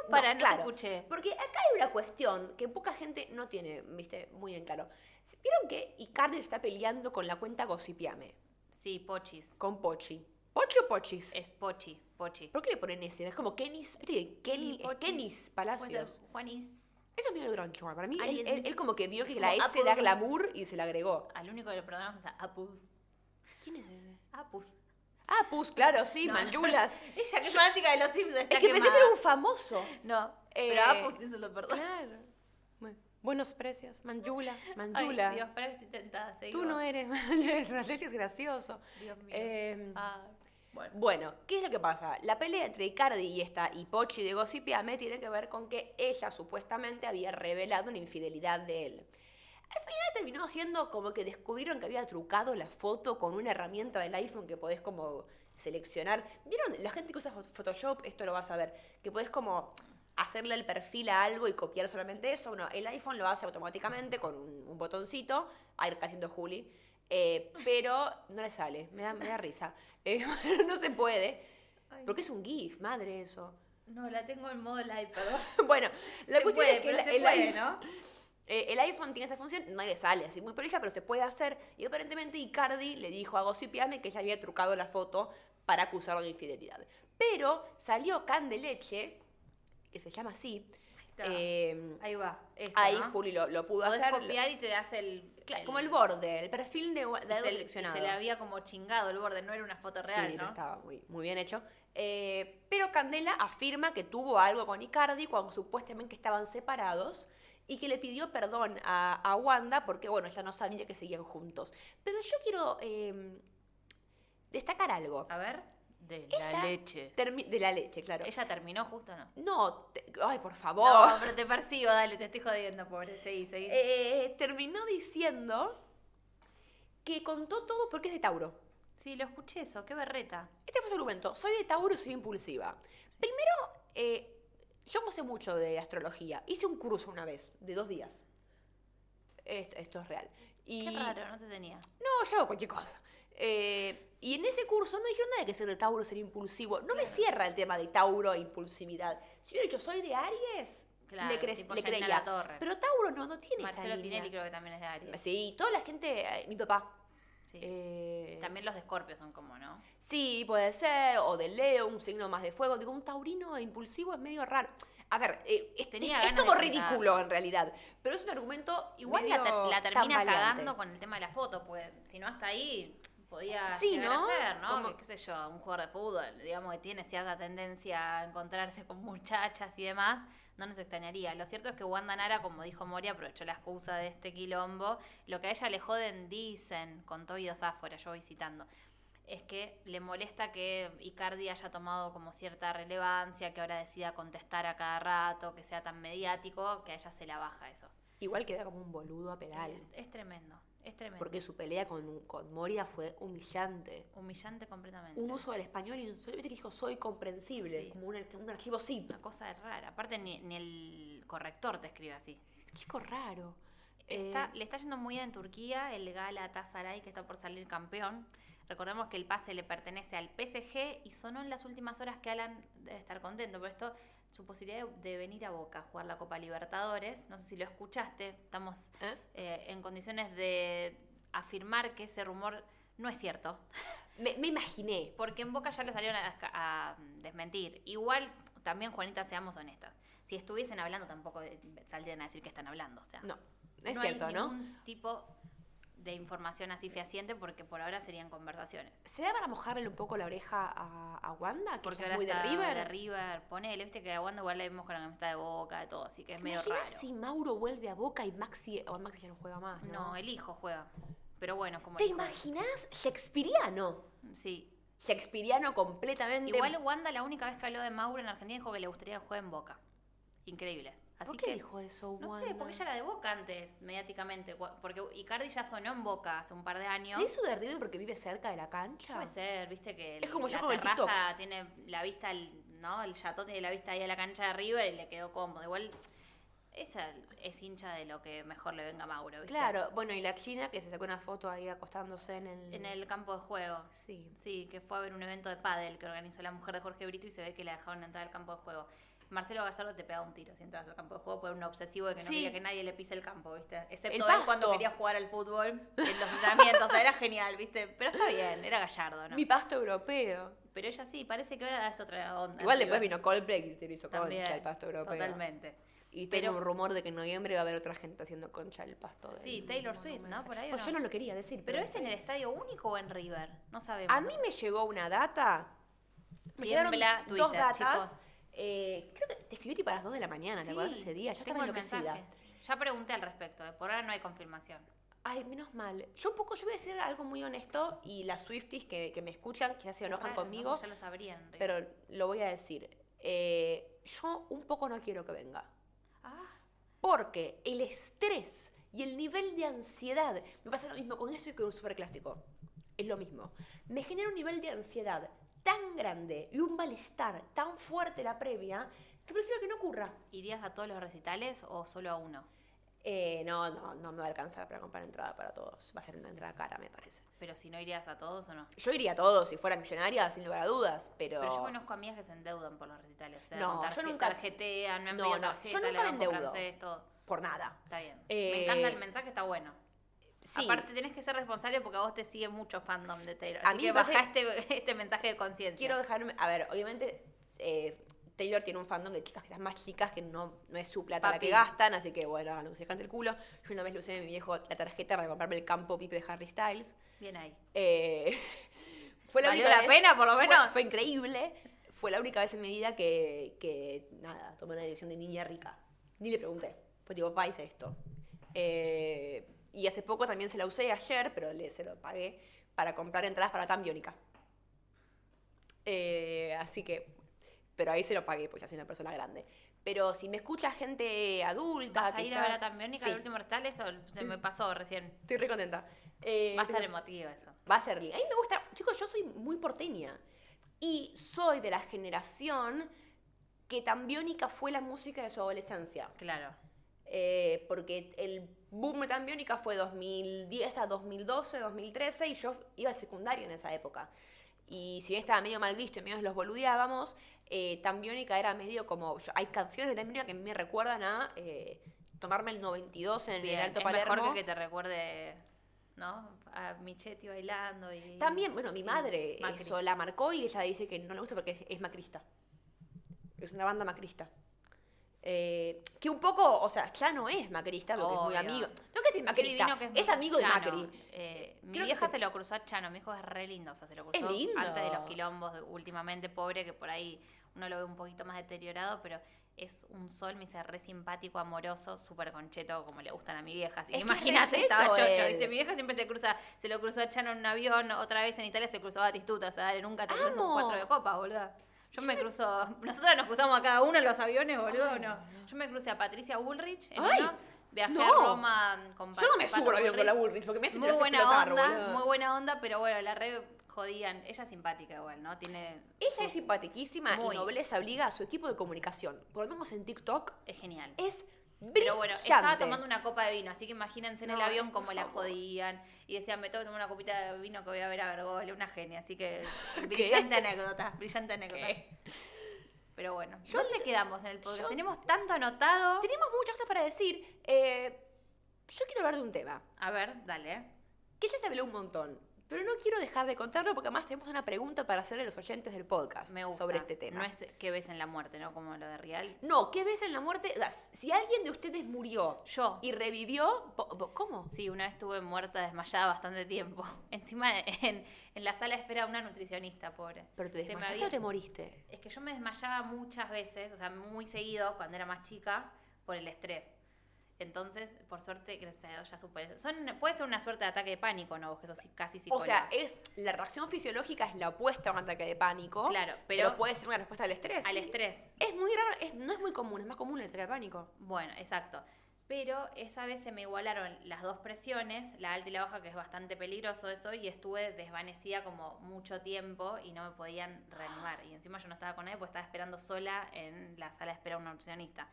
[SPEAKER 1] Para, no te escuché.
[SPEAKER 2] Porque acá hay una cuestión que poca gente no tiene, viste, muy en claro. Vieron que Icardi está peleando con la cuenta Gossipiame,
[SPEAKER 1] Sí, Pochis.
[SPEAKER 2] con Pochi. ¿Pochi o Pochis?
[SPEAKER 1] Es Pochi, Pochi.
[SPEAKER 2] ¿Por qué le ponen ese? Es como Kenis, viste, Kenny-
[SPEAKER 1] Pochis.
[SPEAKER 2] Kenis
[SPEAKER 1] Puede
[SPEAKER 2] Palacios.
[SPEAKER 1] ser Juanis.
[SPEAKER 2] Eso es medio groncho, para mí. Él,
[SPEAKER 1] Alguien-
[SPEAKER 2] él- él como que vio que
[SPEAKER 1] Es
[SPEAKER 2] la
[SPEAKER 1] como "Ah,
[SPEAKER 2] S da
[SPEAKER 1] Apple.
[SPEAKER 2] glamour y se la agregó.
[SPEAKER 1] Al único que le perdonamos a Apus.
[SPEAKER 2] ¿Quién es ese?
[SPEAKER 1] Apus.
[SPEAKER 2] Ah, pues claro, sí,
[SPEAKER 1] No, no.
[SPEAKER 2] manchulas.
[SPEAKER 1] Ella que es fanática de los Simpsons está
[SPEAKER 2] Es que pensé que
[SPEAKER 1] quemada.
[SPEAKER 2] era un famoso.
[SPEAKER 1] No,
[SPEAKER 2] Eh,
[SPEAKER 1] pero Apus sí se lo perdona.
[SPEAKER 2] Claro. Bueno, Buenos precios. Manjula,
[SPEAKER 1] Ay,
[SPEAKER 2] manjula.
[SPEAKER 1] Dios, para que estoy tentada. seguí
[SPEAKER 2] Tú
[SPEAKER 1] vos.
[SPEAKER 2] no eres Raleigh es gracioso.
[SPEAKER 1] Dios mío.
[SPEAKER 2] Eh,
[SPEAKER 1] Ah, bueno.
[SPEAKER 2] Bueno, ¿qué es lo que pasa? La pelea entre Icardi y esta y Pochi de Gossipiame tiene que ver con que ella supuestamente había revelado una infidelidad de él. Al final terminó siendo como que descubrieron que había trucado la foto con una herramienta del iPhone que podés como seleccionar. ¿Vieron? La gente que usa Phot- Photoshop, esto lo vas a ver, que podés como hacerle el perfil a algo y copiar solamente eso. Bueno, el iPhone lo hace automáticamente con un, un botoncito, ahí está haciendo Juli, eh, pero no le sale, me da, me da risa. Eh, no se puede,
[SPEAKER 1] Ay,
[SPEAKER 2] porque es un GIF, madre eso.
[SPEAKER 1] No, la tengo en modo live, perdón.
[SPEAKER 2] Bueno, la
[SPEAKER 1] se
[SPEAKER 2] cuestión
[SPEAKER 1] puede,
[SPEAKER 2] es que
[SPEAKER 1] pero
[SPEAKER 2] la-
[SPEAKER 1] se
[SPEAKER 2] el
[SPEAKER 1] puede,
[SPEAKER 2] iPhone-
[SPEAKER 1] ¿no?
[SPEAKER 2] eh, el iPhone tiene esa función, no le sale así muy prolija, pero se puede hacer. Y aparentemente Icardi le dijo a Gossipiame que ella había trucado la foto para acusarlo de infidelidad. Pero salió Candeleche, que se llama así.
[SPEAKER 1] Ahí está.
[SPEAKER 2] eh,
[SPEAKER 1] ahí va. esto,
[SPEAKER 2] ahí
[SPEAKER 1] ¿no?
[SPEAKER 2] Juli lo, lo pudo
[SPEAKER 1] Podés
[SPEAKER 2] hacer.
[SPEAKER 1] copiar y te das el...
[SPEAKER 2] Cla- como el borde, el perfil de,
[SPEAKER 1] y
[SPEAKER 2] de algo
[SPEAKER 1] se- y
[SPEAKER 2] seleccionado.
[SPEAKER 1] Se le había como chingado el borde, no era una foto real,
[SPEAKER 2] sí,
[SPEAKER 1] ¿no?
[SPEAKER 2] estaba muy, muy bien hecho. Eh, pero Candela afirma que tuvo algo con Icardi cuando supuestamente estaban separados y que le pidió perdón a, a Wanda porque, bueno, ella no sabía que seguían juntos. Pero yo quiero eh, destacar algo.
[SPEAKER 1] A ver. De
[SPEAKER 2] Ella-
[SPEAKER 1] leche.
[SPEAKER 2] Termi- de la leche, claro.
[SPEAKER 1] ¿Ella terminó justo o no?
[SPEAKER 2] No, te- ay, por favor.
[SPEAKER 1] No, pero te persigo, dale, te estoy jodiendo, pobre. Seguí, seguí.
[SPEAKER 2] Eh, terminó diciendo que contó todo porque es de Tauro.
[SPEAKER 1] Sí, lo escuché eso, qué berreta.
[SPEAKER 2] Este fue su argumento. Soy de Tauro y soy impulsiva. Primero, eh, yo no sé mucho de astrología. Hice un curso una vez, de dos días. Esto, esto es real. Y,
[SPEAKER 1] Qué raro, no te tenía.
[SPEAKER 2] No, yo hago cualquier cosa. Eh, y en ese curso no dijeron nada de que ser de Tauro, ser impulsivo. No me cierra el tema de Tauro e impulsividad. Si hubiera dicho, soy de Aries,
[SPEAKER 1] Claro,
[SPEAKER 2] le, cre-
[SPEAKER 1] tipo
[SPEAKER 2] le
[SPEAKER 1] Janina
[SPEAKER 2] creía.
[SPEAKER 1] Latorre.
[SPEAKER 2] Pero Tauro no, no tiene
[SPEAKER 1] Marcelo
[SPEAKER 2] esa línea.
[SPEAKER 1] Tinelli creo que también es de Aries.
[SPEAKER 2] Sí, toda la gente, eh, mi papá.
[SPEAKER 1] Sí.
[SPEAKER 2] eh,
[SPEAKER 1] También los de Scorpio son como, ¿no?
[SPEAKER 2] Sí, puede ser, o de Leo, un signo más de fuego. Digo, un taurino impulsivo es medio raro. A ver, eh, es,
[SPEAKER 1] Tenía
[SPEAKER 2] es- es
[SPEAKER 1] ganas
[SPEAKER 2] todo
[SPEAKER 1] de
[SPEAKER 2] ridículo en realidad, pero es un argumento
[SPEAKER 1] Igual
[SPEAKER 2] medio
[SPEAKER 1] la, ter- la termina
[SPEAKER 2] tambaleante.
[SPEAKER 1] cagando con el tema de la foto, pues si no hasta ahí, podía
[SPEAKER 2] Sí,
[SPEAKER 1] llegar
[SPEAKER 2] ¿no?
[SPEAKER 1] a ser, ¿no?
[SPEAKER 2] Como-
[SPEAKER 1] Que, qué sé yo, un jugador de fútbol, digamos que tiene cierta tendencia a encontrarse con muchachas y demás, no nos extrañaría. Lo cierto es que Wanda Nara, como dijo Moria, aprovechó la excusa de este quilombo. Lo que a ella le joden, dicen, contó Guido Sáfora, yo voy citando, es que le molesta que Icardi haya tomado como cierta relevancia, que ahora decida contestar a cada rato, que sea tan mediático, que a ella se la baja eso.
[SPEAKER 2] Igual queda como un boludo a pedal.
[SPEAKER 1] Es, es tremendo, es tremendo.
[SPEAKER 2] Porque su pelea con, con Moria fue humillante.
[SPEAKER 1] Humillante completamente.
[SPEAKER 2] Un uso del español y viste que dijo soy comprensible,
[SPEAKER 1] Sí.
[SPEAKER 2] como un, ar- un archivo zip.
[SPEAKER 1] Una cosa rara. Aparte, ni, ni el corrector te escribe así.
[SPEAKER 2] Chico raro.
[SPEAKER 1] Está-
[SPEAKER 2] Eh,
[SPEAKER 1] le está yendo muy bien en Turquía el Galatasaray, que está por salir campeón. Recordemos que el pase le pertenece al PSG y sonó en las últimas horas que Alan debe estar contento por esto. Su posibilidad de, de venir a Boca a jugar la Copa Libertadores. No sé si lo escuchaste. Estamos
[SPEAKER 2] ¿Eh?
[SPEAKER 1] eh, en condiciones de afirmar que ese rumor no es cierto.
[SPEAKER 2] me, me imaginé.
[SPEAKER 1] Porque en Boca ya lo salieron a, desca- a mm, desmentir. Igual, también, Juanita, seamos honestas. Si estuviesen hablando, tampoco eh, saldrían a decir que están hablando. O sea,
[SPEAKER 2] No, es
[SPEAKER 1] no
[SPEAKER 2] cierto,
[SPEAKER 1] hay
[SPEAKER 2] ¿no?
[SPEAKER 1] ningún tipo de información así fehaciente porque por ahora serían conversaciones.
[SPEAKER 2] ¿Se da para mojarle un poco la oreja a, a Wanda? Que
[SPEAKER 1] Porque ahora
[SPEAKER 2] ella es muy de
[SPEAKER 1] está
[SPEAKER 2] River.
[SPEAKER 1] de River, ponele, viste que a Wanda igual la vimos con la camiseta de Boca, de todo, así que es
[SPEAKER 2] ¿Te
[SPEAKER 1] medio
[SPEAKER 2] imaginas
[SPEAKER 1] raro.
[SPEAKER 2] si Mauro vuelve a Boca y Maxi... O Maxi ya no juega más, ¿no?
[SPEAKER 1] no. el hijo juega. Pero bueno, como
[SPEAKER 2] ¿Te
[SPEAKER 1] el hijo-
[SPEAKER 2] imaginas? Shakespeareano.
[SPEAKER 1] Sí.
[SPEAKER 2] Shakespeareano completamente.
[SPEAKER 1] Igual Wanda la única vez que habló de Mauro en Argentina dijo que le gustaría que juegue en Boca. Increíble. Así
[SPEAKER 2] ¿Por qué
[SPEAKER 1] que
[SPEAKER 2] dijo eso
[SPEAKER 1] No
[SPEAKER 2] Wanda?
[SPEAKER 1] sé, porque ella era de Boca antes, mediáticamente. cua- Porque Icardi ya sonó en Boca hace un par de años.
[SPEAKER 2] ¿Se hizo de River porque vive cerca de la cancha?
[SPEAKER 1] Puede ser, viste que
[SPEAKER 2] Es como
[SPEAKER 1] la
[SPEAKER 2] yo con el
[SPEAKER 1] terraza tiene la vista, al- ¿no? El Chateau tiene la vista ahí a la cancha de River y le quedó cómodo. Igual, esa es hincha de lo que mejor le venga a Mauro, ¿viste?
[SPEAKER 2] Claro, bueno, y la china que se sacó una foto ahí acostándose en el...
[SPEAKER 1] En el campo de juego.
[SPEAKER 2] Sí.
[SPEAKER 1] Sí, que fue a ver un evento de pádel que organizó la mujer de Jorge Brito y se ve que la dejaron entrar al campo de juego. Marcelo Gallardo te pegaba un tiro si entras al campo de juego por un obsesivo de que no
[SPEAKER 2] Sí.
[SPEAKER 1] quería que nadie le pise el campo, ¿viste?
[SPEAKER 2] El
[SPEAKER 1] Excepto él cuando
[SPEAKER 2] pasto.
[SPEAKER 1] quería jugar al fútbol en los entrenamientos. o sea, era genial, ¿viste? Pero está bien, era Gallardo, ¿no?
[SPEAKER 2] Mi pasto europeo.
[SPEAKER 1] Pero ella sí, parece que ahora es otra onda.
[SPEAKER 2] Igual
[SPEAKER 1] River.
[SPEAKER 2] después vino Coldplay y te lo hizo
[SPEAKER 1] También,
[SPEAKER 2] concha el pasto europeo.
[SPEAKER 1] Totalmente.
[SPEAKER 2] Y
[SPEAKER 1] Pero-
[SPEAKER 2] tengo un rumor de que en noviembre va a haber otra gente haciendo concha el pasto. del
[SPEAKER 1] Sí, Taylor Swift, ¿no?
[SPEAKER 2] monumento.
[SPEAKER 1] Por ahí, ¿o
[SPEAKER 2] Pues
[SPEAKER 1] no?
[SPEAKER 2] yo no lo quería decir.
[SPEAKER 1] Pero es en el estadio único o en River, no sabemos.
[SPEAKER 2] A mí me llegó una data. Me
[SPEAKER 1] Tiembla
[SPEAKER 2] llegaron
[SPEAKER 1] Twitter,
[SPEAKER 2] dos datas.
[SPEAKER 1] chicos.
[SPEAKER 2] eh, creo que te escribí tipo a las 2 de la mañana,
[SPEAKER 1] Sí,
[SPEAKER 2] ¿te acuerdas ese día? Yo estaba
[SPEAKER 1] tengo el
[SPEAKER 2] enloquecida.
[SPEAKER 1] mensaje. Ya pregunté al respecto, eh, por ahora no hay confirmación.
[SPEAKER 2] Ay, menos mal. Yo un poco, yo voy a decir algo muy honesto y las Swifties que, que me escuchan, quizás se enojan
[SPEAKER 1] Raro, ¿no?
[SPEAKER 2] conmigo,
[SPEAKER 1] Porque Ya lo sabrían. en River.
[SPEAKER 2] pero lo voy a decir. Eh, yo un poco no quiero que venga.
[SPEAKER 1] Ah,
[SPEAKER 2] Porque el estrés y el nivel de ansiedad, me pasa lo mismo con eso y con un superclásico. Es lo mismo. Me genera un nivel de ansiedad tan grande y un malestar tan fuerte la previa que prefiero que no ocurra.
[SPEAKER 1] ¿Irías a todos los recitales o solo a uno?
[SPEAKER 2] Eh, no, no, no me va a alcanzar para comprar entrada para todos. Va a ser una entrada cara, me parece.
[SPEAKER 1] Pero si no irías a todos o no.
[SPEAKER 2] Yo iría a todos si fuera millonaria, sin lugar a dudas, pero.
[SPEAKER 1] Pero yo conozco amigas que se endeudan por los recitales. O sea,
[SPEAKER 2] No,
[SPEAKER 1] con tarje-
[SPEAKER 2] yo nunca-
[SPEAKER 1] Tarjetean, me han
[SPEAKER 2] No,
[SPEAKER 1] pedido
[SPEAKER 2] no, yo
[SPEAKER 1] tarjeta,
[SPEAKER 2] nunca
[SPEAKER 1] le
[SPEAKER 2] me
[SPEAKER 1] banco
[SPEAKER 2] endeudo.
[SPEAKER 1] francés, todo.
[SPEAKER 2] Por nada.
[SPEAKER 1] Está bien. Me
[SPEAKER 2] Eh,
[SPEAKER 1] encanta el mensaje, está bueno.
[SPEAKER 2] Sí.
[SPEAKER 1] Aparte, tenés que ser responsable porque a vos te sigue mucho fandom de Taylor.
[SPEAKER 2] A
[SPEAKER 1] así
[SPEAKER 2] mí
[SPEAKER 1] que
[SPEAKER 2] me parece-
[SPEAKER 1] bajá este, este mensaje de conciencia.
[SPEAKER 2] quiero dejarme. A ver, obviamente eh, Taylor tiene un fandom de chicas que están más chicas que no, no es su plata la
[SPEAKER 1] Papi.
[SPEAKER 2] que gastan, así que bueno, hagan lo que se les cante el culo. Yo una vez le usé a mi viejo la tarjeta para comprarme el campo pipe de Harry Styles.
[SPEAKER 1] Bien ahí.
[SPEAKER 2] Eh, fue la
[SPEAKER 1] ¿Valió
[SPEAKER 2] única
[SPEAKER 1] la
[SPEAKER 2] vez-
[SPEAKER 1] pena, por lo
[SPEAKER 2] fue-
[SPEAKER 1] menos?
[SPEAKER 2] Fue, increíble. Fue la única vez en mi vida que, que, nada, tomé una decisión de niña rica. Ni le pregunté. Pues digo, papá, hice esto. Eh, y hace poco también se la usé ayer, pero le, se lo pagué para comprar entradas para Tan Biónica. Eh, así que, pero ahí se lo pagué, porque ya soy una persona grande. Pero si me escucha gente adulta,
[SPEAKER 1] ¿Vas a ir a ver a
[SPEAKER 2] Ah, quizás-
[SPEAKER 1] Tambiónica
[SPEAKER 2] sí,
[SPEAKER 1] el último recital? Eso se me pasó recién.
[SPEAKER 2] Estoy re contenta. Eh,
[SPEAKER 1] Va a estar
[SPEAKER 2] pero-
[SPEAKER 1] emotivo eso.
[SPEAKER 2] Va a ser lindo. A mí me gusta, chicos, yo soy muy porteña. Y soy de la generación que tan biónica fue la música de su adolescencia.
[SPEAKER 1] Claro.
[SPEAKER 2] Eh, porque el boom de tan biónica fue 2010 a 2012, 2013, y yo iba al secundario en esa época. Y si bien estaba medio mal visto y medio los boludeábamos, eh, tan biónica era medio como. yo- hay canciones de tan biónica que me recuerdan a eh, tomarme el 92 en
[SPEAKER 1] Bien.
[SPEAKER 2] el Alto
[SPEAKER 1] es
[SPEAKER 2] Palermo.
[SPEAKER 1] mejor que, que te recuerde, ¿no? A Michetti bailando y...
[SPEAKER 2] También, bueno, mi
[SPEAKER 1] y
[SPEAKER 2] madre
[SPEAKER 1] Eh, Macri.
[SPEAKER 2] eso la marcó y ella dice que no le gusta porque es, es macrista. Es una banda macrista. eh, que un poco, o sea, ya no es macrista porque es muy
[SPEAKER 1] Obvio.
[SPEAKER 2] amigo. No que es macrista,
[SPEAKER 1] divino que
[SPEAKER 2] es,
[SPEAKER 1] muy-
[SPEAKER 2] amigo de
[SPEAKER 1] Chano,
[SPEAKER 2] Macri.
[SPEAKER 1] eh, mi
[SPEAKER 2] Creo que
[SPEAKER 1] vieja
[SPEAKER 2] se-
[SPEAKER 1] se lo cruzó a Chano, mi hijo es re lindo, o sea, se lo cruzó
[SPEAKER 2] lindo.
[SPEAKER 1] antes de los quilombos de- últimamente, pobre, que por ahí uno lo ve un poquito más deteriorado, pero es un sol, me dice, re simpático, amoroso, súper concheto, como le gustan a mi vieja. Así que
[SPEAKER 2] Es que es
[SPEAKER 1] imagínate,
[SPEAKER 2] recheto
[SPEAKER 1] estaba chocho,
[SPEAKER 2] él.
[SPEAKER 1] ¿viste? Mi vieja siempre se cruza, se lo cruzó a Chano en un avión, otra vez en Italia se cruzó a Batistuta, o sea, dale, nunca te cruzas
[SPEAKER 2] Amo.
[SPEAKER 1] un cuatro de copas, boludo. Yo me cruzo, nosotros nos cruzamos a cada uno en los aviones, boludo, ¿o no. Yo me crucé a Patricia Bullrich en
[SPEAKER 2] Ay,
[SPEAKER 1] uno, viajé
[SPEAKER 2] no.
[SPEAKER 1] a Roma con
[SPEAKER 2] Yo no me
[SPEAKER 1] Pato
[SPEAKER 2] subo al avión con la Bullrich porque me hace
[SPEAKER 1] muy
[SPEAKER 2] que lo
[SPEAKER 1] buena
[SPEAKER 2] explotar,
[SPEAKER 1] onda,
[SPEAKER 2] boludo.
[SPEAKER 1] muy buena onda, pero bueno, la red jodían. Ella es simpática igual, ¿no? Tiene
[SPEAKER 2] Ella es simpatiquísima
[SPEAKER 1] Muy.
[SPEAKER 2] y nobleza obliga a su equipo de comunicación. Por lo menos en TikTok
[SPEAKER 1] es genial.
[SPEAKER 2] es brillante.
[SPEAKER 1] Pero bueno, estaba tomando una copa de vino, así que imagínense en el
[SPEAKER 2] No,
[SPEAKER 1] avión
[SPEAKER 2] por
[SPEAKER 1] cómo la
[SPEAKER 2] favor.
[SPEAKER 1] jodían. Y decían, me tengo que tomar una copita de vino que voy a ver a Bergoglio, una genia. Así que brillante anécdota, brillante anécdota. Pero bueno, ¿dónde quedamos en el podcast?
[SPEAKER 2] yo-
[SPEAKER 1] Tenemos tanto anotado.
[SPEAKER 2] Tenemos muchas cosas para decir. Eh, yo quiero hablar de un tema
[SPEAKER 1] A ver, dale. eh,
[SPEAKER 2] que ya se habló un montón, pero no quiero dejar de contarlo porque además tenemos una pregunta para hacerle a los oyentes del podcast
[SPEAKER 1] Me gusta.
[SPEAKER 2] sobre este tema.
[SPEAKER 1] No es que ves en la muerte, ¿no? Como lo de Real.
[SPEAKER 2] No, ¿qué ves en la muerte? O sea, si alguien de ustedes murió
[SPEAKER 1] Yo.
[SPEAKER 2] y revivió, po- po- ¿cómo?
[SPEAKER 1] Sí, una vez estuve muerta, desmayada bastante tiempo. Encima en, en la sala de espera una nutricionista, pobre.
[SPEAKER 2] ¿Pero te
[SPEAKER 1] Se me
[SPEAKER 2] desmayaste
[SPEAKER 1] había-
[SPEAKER 2] o te moriste?
[SPEAKER 1] Es que yo me desmayaba muchas veces, o sea, muy seguido cuando era más chica, por el estrés. Entonces, por suerte, gracias a Dios ya superé. eso. Son, puede ser una suerte de ataque de pánico, ¿no? Vos que sos casi
[SPEAKER 2] O
[SPEAKER 1] psicóloga.
[SPEAKER 2] sea, es la reacción fisiológica es la opuesta a un ataque de pánico.
[SPEAKER 1] Claro, pero-
[SPEAKER 2] puede ser una respuesta al estrés.
[SPEAKER 1] al
[SPEAKER 2] Sí.
[SPEAKER 1] estrés.
[SPEAKER 2] Es muy raro, es- no es muy común, es más común el ataque de pánico.
[SPEAKER 1] Bueno, exacto. Pero esa vez se me igualaron las dos presiones, la alta y la baja, que es bastante peligroso eso, y estuve desvanecida como mucho tiempo y no me podían reanimar. Y encima yo no estaba con nadie porque estaba esperando sola en la sala de espera de una nutricionista.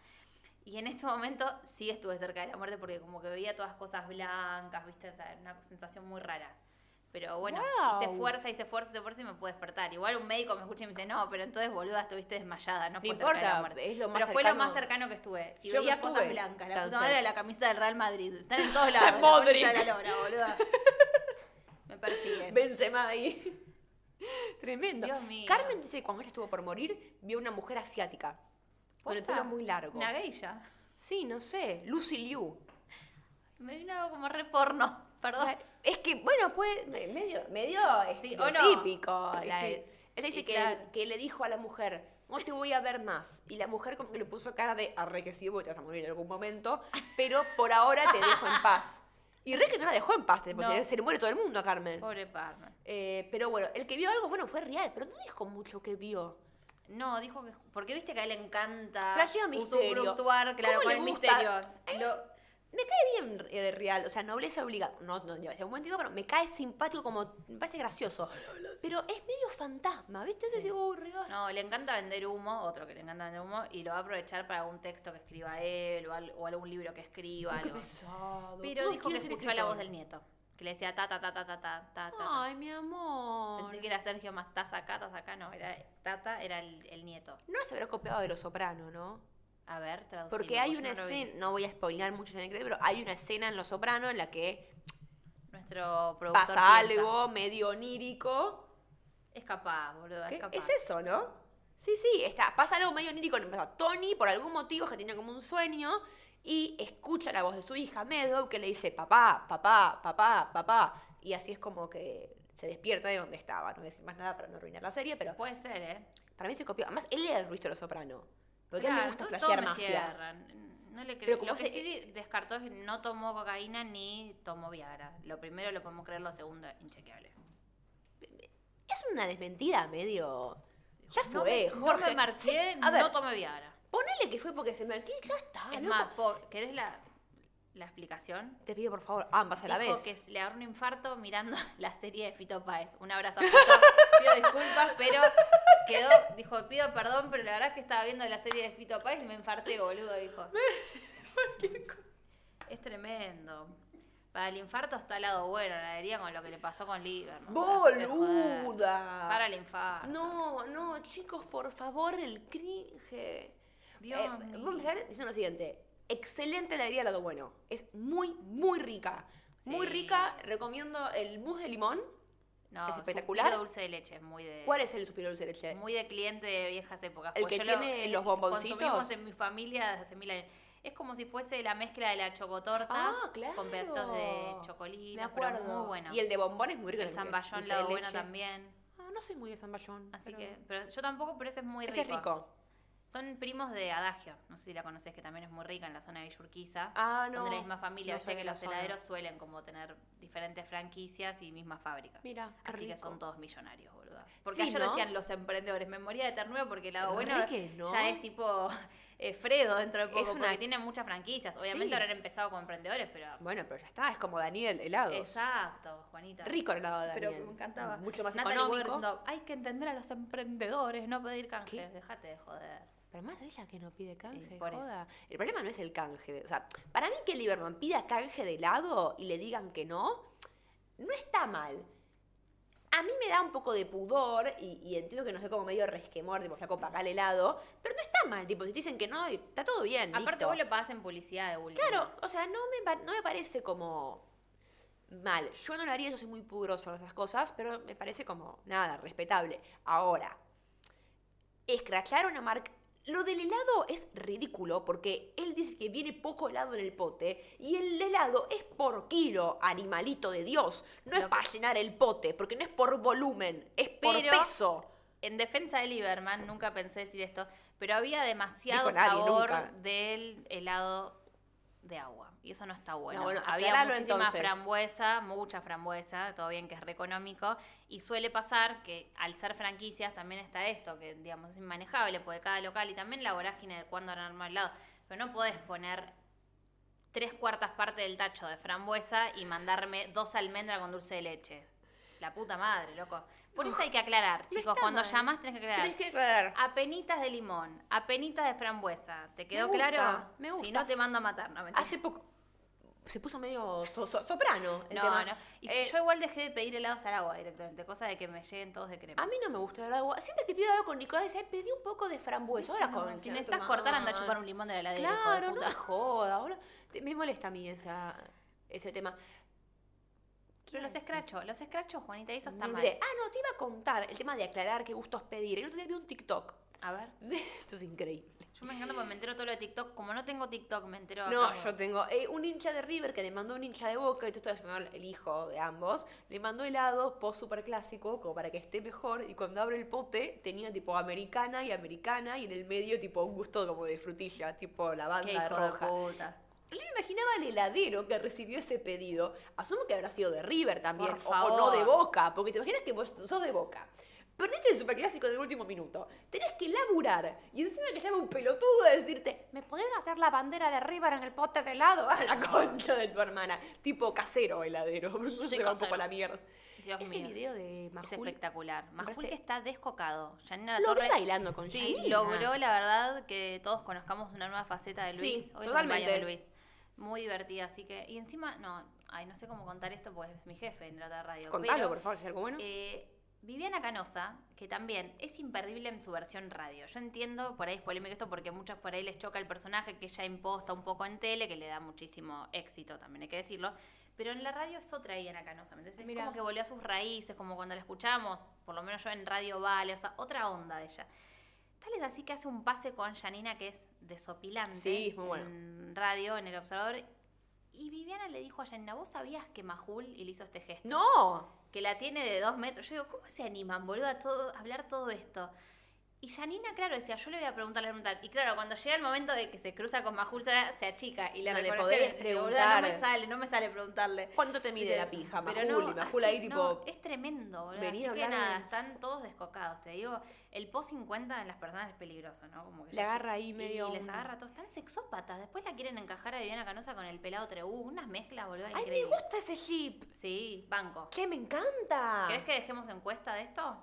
[SPEAKER 1] Y en ese momento sí estuve cerca de la muerte porque como que veía todas cosas blancas, viste, O sea, era una sensación muy rara. Pero bueno,
[SPEAKER 2] Guau.
[SPEAKER 1] hice fuerza, hice fuerza, hice fuerza y me pude despertar. Igual un médico me escucha y me dice, no, pero entonces boluda, estuviste desmayada, no
[SPEAKER 2] No
[SPEAKER 1] fue cerca de la
[SPEAKER 2] importa,
[SPEAKER 1] muerte".
[SPEAKER 2] es lo más
[SPEAKER 1] Pero fue lo
[SPEAKER 2] cercano.
[SPEAKER 1] más cercano que estuve. Y
[SPEAKER 2] Yo no
[SPEAKER 1] veía
[SPEAKER 2] estuve
[SPEAKER 1] cosas blancas. La
[SPEAKER 2] tan
[SPEAKER 1] puta madre de
[SPEAKER 2] cerca.
[SPEAKER 1] la camisa del Real Madrid. Están en todos lados. la
[SPEAKER 2] Modric.
[SPEAKER 1] concha de la lora, boluda. Me persiguen.
[SPEAKER 2] Benzema ahí. Tremendo.
[SPEAKER 1] Dios mío.
[SPEAKER 2] Carmen dice que cuando ella estuvo por morir, vio una mujer asiática. Con el
[SPEAKER 1] Posta.
[SPEAKER 2] pelo muy largo.
[SPEAKER 1] Una geisha.
[SPEAKER 2] Sí, no sé. Lucy Liu.
[SPEAKER 1] Me vino algo como re porno. Perdón.
[SPEAKER 2] Es que, bueno, pues, me- medio, medio
[SPEAKER 1] Sí, o no.
[SPEAKER 2] típico. La,
[SPEAKER 1] Sí.
[SPEAKER 2] Ella dice
[SPEAKER 1] Y
[SPEAKER 2] que,
[SPEAKER 1] claro.
[SPEAKER 2] que le dijo a la mujer, no te voy a ver más. Y la mujer como que le puso cara de arre que sí, porque te vas a morir en algún momento, pero por ahora te dejo en paz. Y re que no la dejó en paz, porque
[SPEAKER 1] No.
[SPEAKER 2] se, se le muere todo el mundo a Carmen.
[SPEAKER 1] Pobre Parma.
[SPEAKER 2] Eh, pero bueno, el que vio algo bueno fue real, pero no dijo mucho que vio.
[SPEAKER 1] No, dijo que. Porque viste que a él le encanta.
[SPEAKER 2] Flasheo misterio.
[SPEAKER 1] Usufructuar, claro,
[SPEAKER 2] ¿Cómo
[SPEAKER 1] con
[SPEAKER 2] le
[SPEAKER 1] el
[SPEAKER 2] gusta?
[SPEAKER 1] misterio.
[SPEAKER 2] Ay,
[SPEAKER 1] Lo-
[SPEAKER 2] Me cae bien eh, real, o sea, nobleza obliga. No, no, no, es un buen tipo, pero me cae simpático, como me parece gracioso. Pero es medio fantasma, ¿viste? Ese sí, oh, real.
[SPEAKER 1] No, le encanta vender humo, otro que le encanta vender humo, y lo va a aprovechar para algún texto que escriba él o, al- o algún libro que escriba.
[SPEAKER 2] Qué
[SPEAKER 1] algo.
[SPEAKER 2] pesado.
[SPEAKER 1] Pero
[SPEAKER 2] Todos
[SPEAKER 1] dijo que
[SPEAKER 2] quieren ser
[SPEAKER 1] escuchó la voz
[SPEAKER 2] escritores.
[SPEAKER 1] del nieto, que le decía ta ta ta ta ta ta ta ta. ta.
[SPEAKER 2] Ay, mi amor.
[SPEAKER 1] Pensé que era Sergio más taza acá, taza acá, no, era Tata, era el, el nieto.
[SPEAKER 2] No se habrá copiado de Los Soprano, ¿no?
[SPEAKER 1] A ver, traducimos.
[SPEAKER 2] Porque hay una
[SPEAKER 1] no lo vi.
[SPEAKER 2] escena, no voy a spoilear mucho en el crédito, pero hay una escena en Los Soprano en la que
[SPEAKER 1] Nuestro productor
[SPEAKER 2] pasa
[SPEAKER 1] piensa.
[SPEAKER 2] algo medio onírico.
[SPEAKER 1] Es capaz, boludo,
[SPEAKER 2] ¿Qué?
[SPEAKER 1] es Ah, capaz.
[SPEAKER 2] Es eso, ¿no? Sí, sí, está, pasa algo medio onírico. empieza Tony, por algún motivo, que tiene como un sueño y escucha la voz de su hija, Meadow, que le dice papá, papá, papá, papá. Y así es como que se despierta de donde estaba. No voy a decir más nada para no arruinar la serie, pero
[SPEAKER 1] Puede ser, ¿eh?
[SPEAKER 2] para mí se copió. Además, él era el Ruiz de los Soprano. Porque a él
[SPEAKER 1] Claro,
[SPEAKER 2] le gusta
[SPEAKER 1] entonces todo
[SPEAKER 2] flashear
[SPEAKER 1] me
[SPEAKER 2] mafia.
[SPEAKER 1] cierran. No le
[SPEAKER 2] Pero
[SPEAKER 1] creo.
[SPEAKER 2] como
[SPEAKER 1] Lo que
[SPEAKER 2] se-
[SPEAKER 1] sí di- descartó es que no tomó cocaína ni tomó Viagra. Lo primero lo podemos creer, lo segundo, inchequeable.
[SPEAKER 2] Es una desmentida medio... Ya
[SPEAKER 1] No
[SPEAKER 2] fue,
[SPEAKER 1] me-
[SPEAKER 2] Jorge.
[SPEAKER 1] No me marqué,
[SPEAKER 2] Sí, a ver,
[SPEAKER 1] no tomé Viagra.
[SPEAKER 2] ponele que fue porque se marqué y ya está,
[SPEAKER 1] es
[SPEAKER 2] loco.
[SPEAKER 1] más, po- ¿querés la, la explicación?
[SPEAKER 2] Te pido, por favor, ambas a la
[SPEAKER 1] Dijo
[SPEAKER 2] vez.
[SPEAKER 1] que se le agarró un infarto mirando la serie de Fito Páez. Un abrazo, Fito. Pido disculpas, pero quedó, dijo, pido perdón, pero la verdad es que estaba viendo la serie de Fito Páez y me infarté, boludo, dijo. es tremendo. Para el infarto está al lado bueno, la herida con lo que le pasó con Lieberman.
[SPEAKER 2] ¡Boluda!
[SPEAKER 1] Para el infarto.
[SPEAKER 2] No, no, chicos, por favor, el cringe.
[SPEAKER 1] Dios
[SPEAKER 2] Eh,
[SPEAKER 1] mío.
[SPEAKER 2] vamos a empezar diciendo lo siguiente. Excelente la herida de lado bueno. Es muy, muy rica. Muy
[SPEAKER 1] Sí.
[SPEAKER 2] rica. Recomiendo el mousse de limón.
[SPEAKER 1] No,
[SPEAKER 2] ¿Es espectacular?
[SPEAKER 1] suspiro dulce de leche, es muy de.
[SPEAKER 2] ¿Cuál es el suspiro dulce de leche?
[SPEAKER 1] Muy de cliente de viejas épocas.
[SPEAKER 2] Eh, ¿El
[SPEAKER 1] porque
[SPEAKER 2] que
[SPEAKER 1] yo lo-
[SPEAKER 2] tiene
[SPEAKER 1] el-
[SPEAKER 2] los bomboncitos?
[SPEAKER 1] consumimos en mi familia desde hace mil años. Es como si fuese la mezcla de la chocotorta
[SPEAKER 2] Ah, claro.
[SPEAKER 1] con pedazos de chocolate.
[SPEAKER 2] Me acuerdo.
[SPEAKER 1] Pero muy bueno.
[SPEAKER 2] Y el de bombones muy rico.
[SPEAKER 1] El zamballón,
[SPEAKER 2] la
[SPEAKER 1] la bueno también.
[SPEAKER 2] Ah, no soy muy de zamballón.
[SPEAKER 1] Así
[SPEAKER 2] pero-
[SPEAKER 1] que, pero yo tampoco, pero ese es muy rico.
[SPEAKER 2] Ese es rico.
[SPEAKER 1] Son primos de Adagio, no sé si la conoces, que también es muy rica en la zona de Villurquiza.
[SPEAKER 2] Ah,
[SPEAKER 1] Son de la
[SPEAKER 2] no,
[SPEAKER 1] misma familia,
[SPEAKER 2] no
[SPEAKER 1] viste
[SPEAKER 2] soy
[SPEAKER 1] que
[SPEAKER 2] de la
[SPEAKER 1] los
[SPEAKER 2] zona.
[SPEAKER 1] heladeros suelen como tener diferentes franquicias y misma fábrica.
[SPEAKER 2] Mira, qué
[SPEAKER 1] Así que
[SPEAKER 2] rico.
[SPEAKER 1] son todos millonarios, boludo. Porque
[SPEAKER 2] Sí,
[SPEAKER 1] ayer
[SPEAKER 2] ¿no?
[SPEAKER 1] decían los emprendedores, me moría de ternura porque el lado
[SPEAKER 2] Re
[SPEAKER 1] bueno
[SPEAKER 2] que no.
[SPEAKER 1] ya es tipo eh, Fredo dentro de poco,
[SPEAKER 2] Es una-
[SPEAKER 1] porque tienen muchas franquicias. Obviamente
[SPEAKER 2] Sí.
[SPEAKER 1] habrán empezado con emprendedores, pero...
[SPEAKER 2] Bueno, pero ya está, es como Daniel helados.
[SPEAKER 1] Exacto, Juanita.
[SPEAKER 2] Rico el helado de
[SPEAKER 1] Pero
[SPEAKER 2] Daniel.
[SPEAKER 1] me encantaba.
[SPEAKER 2] Mucho más
[SPEAKER 1] Natalie Wood
[SPEAKER 2] económico.
[SPEAKER 1] diciendo, hay que entender a los emprendedores, no pedir canjes, déjate de joder.
[SPEAKER 2] Pero más ella que no pide canje,
[SPEAKER 1] por eso.
[SPEAKER 2] joda. El problema no es el canje. O sea, para mí que Lieberman pida canje de helado y le digan que no, no está mal. A mí me da un poco de pudor y, y entiendo que no sé como medio resquemor, tipo, flaco, pagar helado, pero no está mal, tipo, si te dicen que no, y está todo bien,
[SPEAKER 1] Aparte
[SPEAKER 2] listo.
[SPEAKER 1] vos le pagás en publicidad de última.
[SPEAKER 2] Claro, o sea, no me, pa- no me parece como mal. Yo no lo haría, yo soy muy pudorosa en esas cosas, pero me parece como nada, respetable. Ahora, escrachar una marca. Lo del helado es ridículo porque él dice que viene poco helado en el pote y el helado es por kilo, animalito de Dios. No
[SPEAKER 1] Lo
[SPEAKER 2] es
[SPEAKER 1] que-
[SPEAKER 2] para llenar el pote, porque no es por volumen, es por
[SPEAKER 1] Pero-
[SPEAKER 2] peso.
[SPEAKER 1] En defensa de Lieberman, nunca pensé decir esto, pero había demasiado
[SPEAKER 2] Dijo nadie,
[SPEAKER 1] sabor
[SPEAKER 2] nunca.
[SPEAKER 1] del helado de agua. Y eso no está bueno.
[SPEAKER 2] No, bueno,
[SPEAKER 1] había
[SPEAKER 2] aclaralo
[SPEAKER 1] muchísima
[SPEAKER 2] entonces.
[SPEAKER 1] frambuesa, mucha frambuesa, todo bien que es re económico. Y suele pasar que al ser franquicias también está esto, que digamos es inmanejable, porque cada local y también la vorágine de cuándo armar más helado. Pero no podés poner tres cuartas partes del tacho de frambuesa y mandarme dos almendras con dulce de leche. La puta madre, loco. Por eso hay que aclarar,
[SPEAKER 2] No
[SPEAKER 1] chicos.
[SPEAKER 2] está
[SPEAKER 1] Cuando
[SPEAKER 2] mal.
[SPEAKER 1] llamas tenés que aclarar.
[SPEAKER 2] Tienes que aclarar.
[SPEAKER 1] Apenitas de limón, apenitas de frambuesa. ¿Te quedó
[SPEAKER 2] Me gusta,
[SPEAKER 1] claro?
[SPEAKER 2] me
[SPEAKER 1] Si
[SPEAKER 2] gusta.
[SPEAKER 1] no te mando a matar, no mentira.
[SPEAKER 2] Hace poco se puso medio so- so- soprano. el
[SPEAKER 1] No,
[SPEAKER 2] tema.
[SPEAKER 1] no. Y
[SPEAKER 2] Eh,
[SPEAKER 1] yo igual dejé de pedir helados al agua directamente, cosa de que me lleguen todos de crema.
[SPEAKER 2] A mí no me gusta el agua. Siempre que pido algo con Nicolás, decía, "Ay, pedí un poco de frambuesa. Ahora
[SPEAKER 1] No,
[SPEAKER 2] con
[SPEAKER 1] si necesitas cortar, anda a chupar un limón de la heladera. hijo de
[SPEAKER 2] Claro, no
[SPEAKER 1] puta.
[SPEAKER 2] me joda. Ahora te- me molesta a mí esa, ese tema.
[SPEAKER 1] Pero los
[SPEAKER 2] decir?
[SPEAKER 1] escrachos, los escrachos, Juanita, y eso
[SPEAKER 2] Me
[SPEAKER 1] está mal.
[SPEAKER 2] olvidé. Ah, no, te iba a contar el tema de aclarar qué gustos pedir. El otro día vi un TikTok.
[SPEAKER 1] A ver,
[SPEAKER 2] de- Esto es increíble.
[SPEAKER 1] yo me encanta porque me entero todo lo de TikTok. Como no tengo TikTok, me entero.
[SPEAKER 2] No,
[SPEAKER 1] acá,
[SPEAKER 2] yo tengo eh, un hincha de River que le mandó un hincha de Boca, y esto está el hijo de ambos, le mandó helado post super clásico como para que esté mejor y cuando abre el pote tenía tipo americana y americana y en el medio tipo un gusto como de frutilla, tipo
[SPEAKER 1] Qué
[SPEAKER 2] lavanda
[SPEAKER 1] hijo
[SPEAKER 2] roja.
[SPEAKER 1] de puta.
[SPEAKER 2] Yo me imaginaba el heladero que recibió ese pedido. Asumo que habrá sido de River también.
[SPEAKER 1] Por
[SPEAKER 2] o- O, no
[SPEAKER 1] favor.
[SPEAKER 2] de Boca, porque te imaginas que vos sos de Boca. Perdiste el superclásico del último minuto. Tenés que laburar. Y encima que llama un pelotudo a decirte, ¿me podés hacer la bandera de River en el pote de helado? A la concha de tu hermana. Tipo casero heladero. porque uno
[SPEAKER 1] Sí,
[SPEAKER 2] se va un
[SPEAKER 1] casero.
[SPEAKER 2] poco a la mierda.
[SPEAKER 1] Dios
[SPEAKER 2] ese
[SPEAKER 1] mío.
[SPEAKER 2] video de Majul.
[SPEAKER 1] Es espectacular. Majul
[SPEAKER 2] parece-
[SPEAKER 1] que está descocado. Janina La
[SPEAKER 2] Lo vi
[SPEAKER 1] Torre-
[SPEAKER 2] bailando con
[SPEAKER 1] Sí,
[SPEAKER 2] Janina.
[SPEAKER 1] logró la verdad que todos conozcamos una nueva faceta de
[SPEAKER 2] Sí,
[SPEAKER 1] Luis. Hoy es el
[SPEAKER 2] totalmente.
[SPEAKER 1] cumpleaños de Luis. Muy divertida, así que. Y encima, no, ay, no sé cómo contar esto porque es mi jefe en la radio.
[SPEAKER 2] Contalo,
[SPEAKER 1] pero,
[SPEAKER 2] por favor, si es algo bueno.
[SPEAKER 1] eh, Viviana Canosa, que también es imperdible en su versión radio. Yo entiendo, por ahí es polémico esto porque muchos por ahí les choca el personaje que ella imposta un poco en tele, que le da muchísimo éxito, también hay que decirlo. Pero en la radio es otra Viviana Canosa, ¿me entendés? Es
[SPEAKER 2] Mirá.
[SPEAKER 1] como que volvió a sus raíces, como cuando la escuchamos, por lo menos yo en Radio Vale, o sea, otra onda de ella. Tal es así que hace un pase con Janina que es desopilante
[SPEAKER 2] Sí, es muy bueno.
[SPEAKER 1] en radio, en El Observador. Y Viviana le dijo a Janina, ¿vos sabías que Majul, y le hizo este gesto,
[SPEAKER 2] ¡No!
[SPEAKER 1] que la tiene de dos metros. Yo digo, ¿cómo se animan, boludo, a todo, a hablar todo esto? Y Janina, claro, decía, yo le voy a preguntar, le voy a preguntar. Y claro, cuando llega el momento de que se cruza con Majul, Sara se achica y la
[SPEAKER 2] No le
[SPEAKER 1] reconoce,
[SPEAKER 2] podés
[SPEAKER 1] digo, boluda,
[SPEAKER 2] preguntar.
[SPEAKER 1] No me sale, no me sale preguntarle.
[SPEAKER 2] ¿Cuánto te mide
[SPEAKER 1] Dice,
[SPEAKER 2] la pija, Majul?
[SPEAKER 1] pero no,
[SPEAKER 2] y Majul
[SPEAKER 1] así,
[SPEAKER 2] ahí tipo...
[SPEAKER 1] no, es tremendo, boludo.
[SPEAKER 2] vení
[SPEAKER 1] Así
[SPEAKER 2] a
[SPEAKER 1] que
[SPEAKER 2] hablar
[SPEAKER 1] nada,
[SPEAKER 2] de-
[SPEAKER 1] están todos descocados, te digo. El post 50 en las personas es peligroso, ¿no? Como que
[SPEAKER 2] Le
[SPEAKER 1] ya-
[SPEAKER 2] agarra ahí
[SPEAKER 1] y
[SPEAKER 2] medio
[SPEAKER 1] les
[SPEAKER 2] un-
[SPEAKER 1] agarra a todos. Están sexópatas. Después la quieren encajar a Viviana Canosa con el pelado Trebú. Unas mezclas, boludo.
[SPEAKER 2] ¡Ay, me
[SPEAKER 1] increíbles.
[SPEAKER 2] gusta ese jeep!
[SPEAKER 1] Sí, banco.
[SPEAKER 2] ¡Che, me encanta!
[SPEAKER 1] ¿Querés que dejemos encuesta de esto?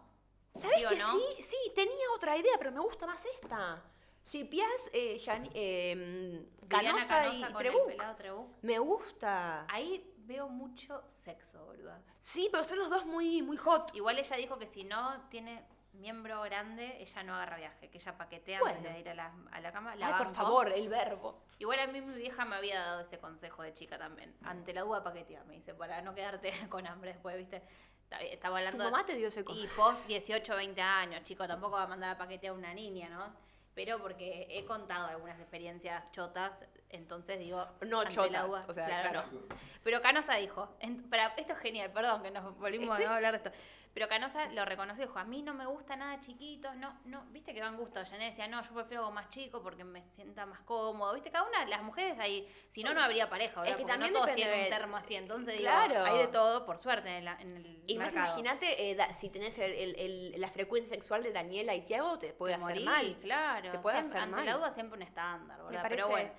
[SPEAKER 2] ¿Sabes
[SPEAKER 1] ¿Sí o
[SPEAKER 2] Ah. que
[SPEAKER 1] no?
[SPEAKER 2] sí? Sí, tenía otra idea, pero me gusta más esta. Shipeás eh, Jani- eh,
[SPEAKER 1] Viviana
[SPEAKER 2] Canosa, y
[SPEAKER 1] con
[SPEAKER 2] Trebuch.
[SPEAKER 1] el pelado Trebuch.
[SPEAKER 2] Me gusta.
[SPEAKER 1] Ahí veo mucho sexo, boluda.
[SPEAKER 2] Sí, pero son los dos muy, muy hot.
[SPEAKER 1] Igual ella dijo que si no tiene miembro grande, ella no agarra viaje, que ella paquetea antes
[SPEAKER 2] Bueno.
[SPEAKER 1] de ir a la, a la cama. La
[SPEAKER 2] Ay, por
[SPEAKER 1] banco.
[SPEAKER 2] favor, el verbo.
[SPEAKER 1] Igual a mí mi vieja me había dado ese consejo de chica también. Ante la duda paquetea, me dice, para no quedarte con hambre después, ¿viste? Está bien, Estamos
[SPEAKER 2] Tu
[SPEAKER 1] hablando
[SPEAKER 2] mamá te dio ese consejo.
[SPEAKER 1] Y post 18, 20 años, chico, tampoco va a mandar a paquete a una niña, ¿no? Pero porque he contado algunas experiencias chotas, entonces digo.
[SPEAKER 2] No
[SPEAKER 1] ante
[SPEAKER 2] chotas,
[SPEAKER 1] la duda,
[SPEAKER 2] o sea, claro.
[SPEAKER 1] no. Pero Canosa dijo, en- para, esto es genial, perdón que nos volvimos
[SPEAKER 2] Estoy-
[SPEAKER 1] ¿no? a hablar de esto. Pero Canosa lo reconoció, dijo, a mí no me gusta nada chiquito, no, no, viste que van gustos. Janet decía, no, yo prefiero algo más chico porque me sienta más cómodo. Viste, cada una, las mujeres ahí, si no, no habría pareja, ¿verdad?
[SPEAKER 2] que
[SPEAKER 1] Porque
[SPEAKER 2] también
[SPEAKER 1] no todos
[SPEAKER 2] depende
[SPEAKER 1] tienen un
[SPEAKER 2] de-
[SPEAKER 1] termo así, entonces
[SPEAKER 2] Claro.
[SPEAKER 1] digo, hay de todo, por suerte, en, el- en el
[SPEAKER 2] Y más
[SPEAKER 1] mercado.
[SPEAKER 2] imagínate eh, da- si tenés el- el- el- la frecuencia sexual de Daniela y Tiago, te puede
[SPEAKER 1] Te
[SPEAKER 2] hacer
[SPEAKER 1] morís,
[SPEAKER 2] mal.
[SPEAKER 1] Claro.
[SPEAKER 2] Te puede
[SPEAKER 1] Siem-
[SPEAKER 2] hacer
[SPEAKER 1] ante
[SPEAKER 2] mal.
[SPEAKER 1] la duda siempre un estándar, ¿verdad?
[SPEAKER 2] parece,
[SPEAKER 1] Pero bueno.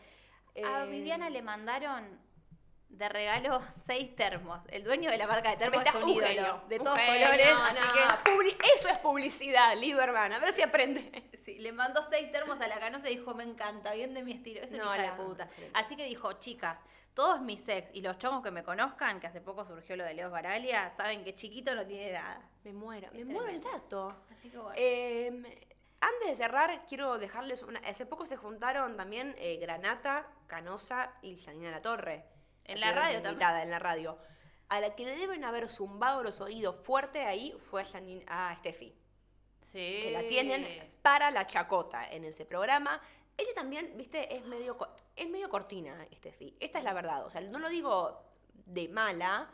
[SPEAKER 1] A
[SPEAKER 2] eh,
[SPEAKER 1] Viviana le mandaron de regalo seis termos. El dueño de la marca de
[SPEAKER 2] Me
[SPEAKER 1] termos es
[SPEAKER 2] estás-
[SPEAKER 1] un
[SPEAKER 2] un
[SPEAKER 1] ídolo,
[SPEAKER 2] genio,
[SPEAKER 1] De
[SPEAKER 2] un
[SPEAKER 1] todos
[SPEAKER 2] genio,
[SPEAKER 1] colores.
[SPEAKER 2] no,
[SPEAKER 1] así
[SPEAKER 2] publi- eso es publicidad, Lieberman. A ver si aprende.
[SPEAKER 1] que sí, le mandó seis termos a la canosa y dijo, me encanta, bien de mi estilo. Es una
[SPEAKER 2] No,
[SPEAKER 1] hija
[SPEAKER 2] la-
[SPEAKER 1] de puta.
[SPEAKER 2] sí.
[SPEAKER 1] Así que dijo, chicas, todos mis ex y los chongos que me conozcan, que hace poco surgió lo de Leo Baraglia, saben que chiquito no tiene nada.
[SPEAKER 2] Me muero, me
[SPEAKER 1] Es
[SPEAKER 2] muero el
[SPEAKER 1] tremendo.
[SPEAKER 2] dato.
[SPEAKER 1] Así que bueno.
[SPEAKER 2] Eh, antes de cerrar, quiero dejarles una. Hace poco se juntaron también eh, Granata, Canosa y Janina La Torre.
[SPEAKER 1] En
[SPEAKER 2] que
[SPEAKER 1] la
[SPEAKER 2] era
[SPEAKER 1] radio también.
[SPEAKER 2] invitada En la radio. A la que le deben haber zumbado los oídos fuerte ahí fue a, Janine, a Steffi.
[SPEAKER 1] sí.
[SPEAKER 2] que la
[SPEAKER 1] Eh.
[SPEAKER 2] tienen para la chacota en ese programa. Ella también, viste, es medio, co- es medio cortina, Steffi. Esta es la verdad. O sea, no lo digo de mala.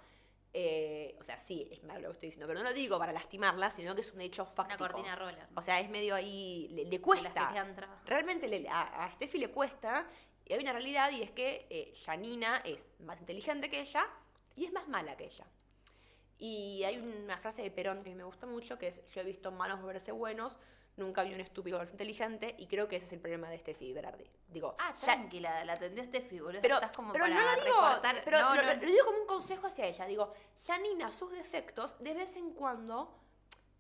[SPEAKER 2] eh, o sea, sí, es malo lo que estoy diciendo, pero no lo digo para lastimarla, sino que es un hecho
[SPEAKER 1] Una
[SPEAKER 2] fáctico.
[SPEAKER 1] cortina roller.
[SPEAKER 2] O sea, es medio ahí. Le, le
[SPEAKER 1] De las que
[SPEAKER 2] cuesta.
[SPEAKER 1] te han trabajado.
[SPEAKER 2] Realmente le- a, a Steffi le cuesta. Y hay una realidad y es que eh, Janina es más inteligente que ella y es más mala que ella. Y hay una frase de Perón que me gusta mucho que es: Yo he visto malos volverse buenos, nunca vi un estúpido volverse inteligente. Y creo que ese es el problema de Steffi Berardi. Digo,
[SPEAKER 1] Ah,
[SPEAKER 2] ya-
[SPEAKER 1] tranquila, la atendió Steffi, boludo.
[SPEAKER 2] pero,
[SPEAKER 1] Estás como
[SPEAKER 2] pero
[SPEAKER 1] para
[SPEAKER 2] no lo digo,
[SPEAKER 1] recortar.
[SPEAKER 2] pero
[SPEAKER 1] No,
[SPEAKER 2] lo,
[SPEAKER 1] no.
[SPEAKER 2] lo digo como un consejo hacia ella. Digo, Janina, sus defectos de vez en cuando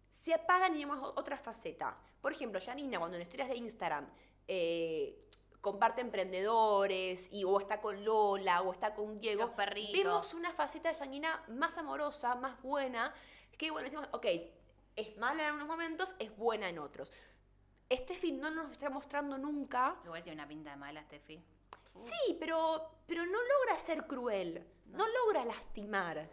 [SPEAKER 2] se apagan y vemos o- otra faceta. Por ejemplo, Janina, cuando en historias de Instagram eh, comparte emprendedores y o está con Lola o está con Diego,
[SPEAKER 1] Los perritos.
[SPEAKER 2] vemos una faceta de Janina más amorosa, más buena, que bueno, decimos, ok, es mala en unos momentos, es buena en otros. Steffi no nos está mostrando nunca
[SPEAKER 1] Igual tiene una pinta de mala, Steffi.
[SPEAKER 2] Sí, pero, pero no logra ser cruel, no. logra lastimar.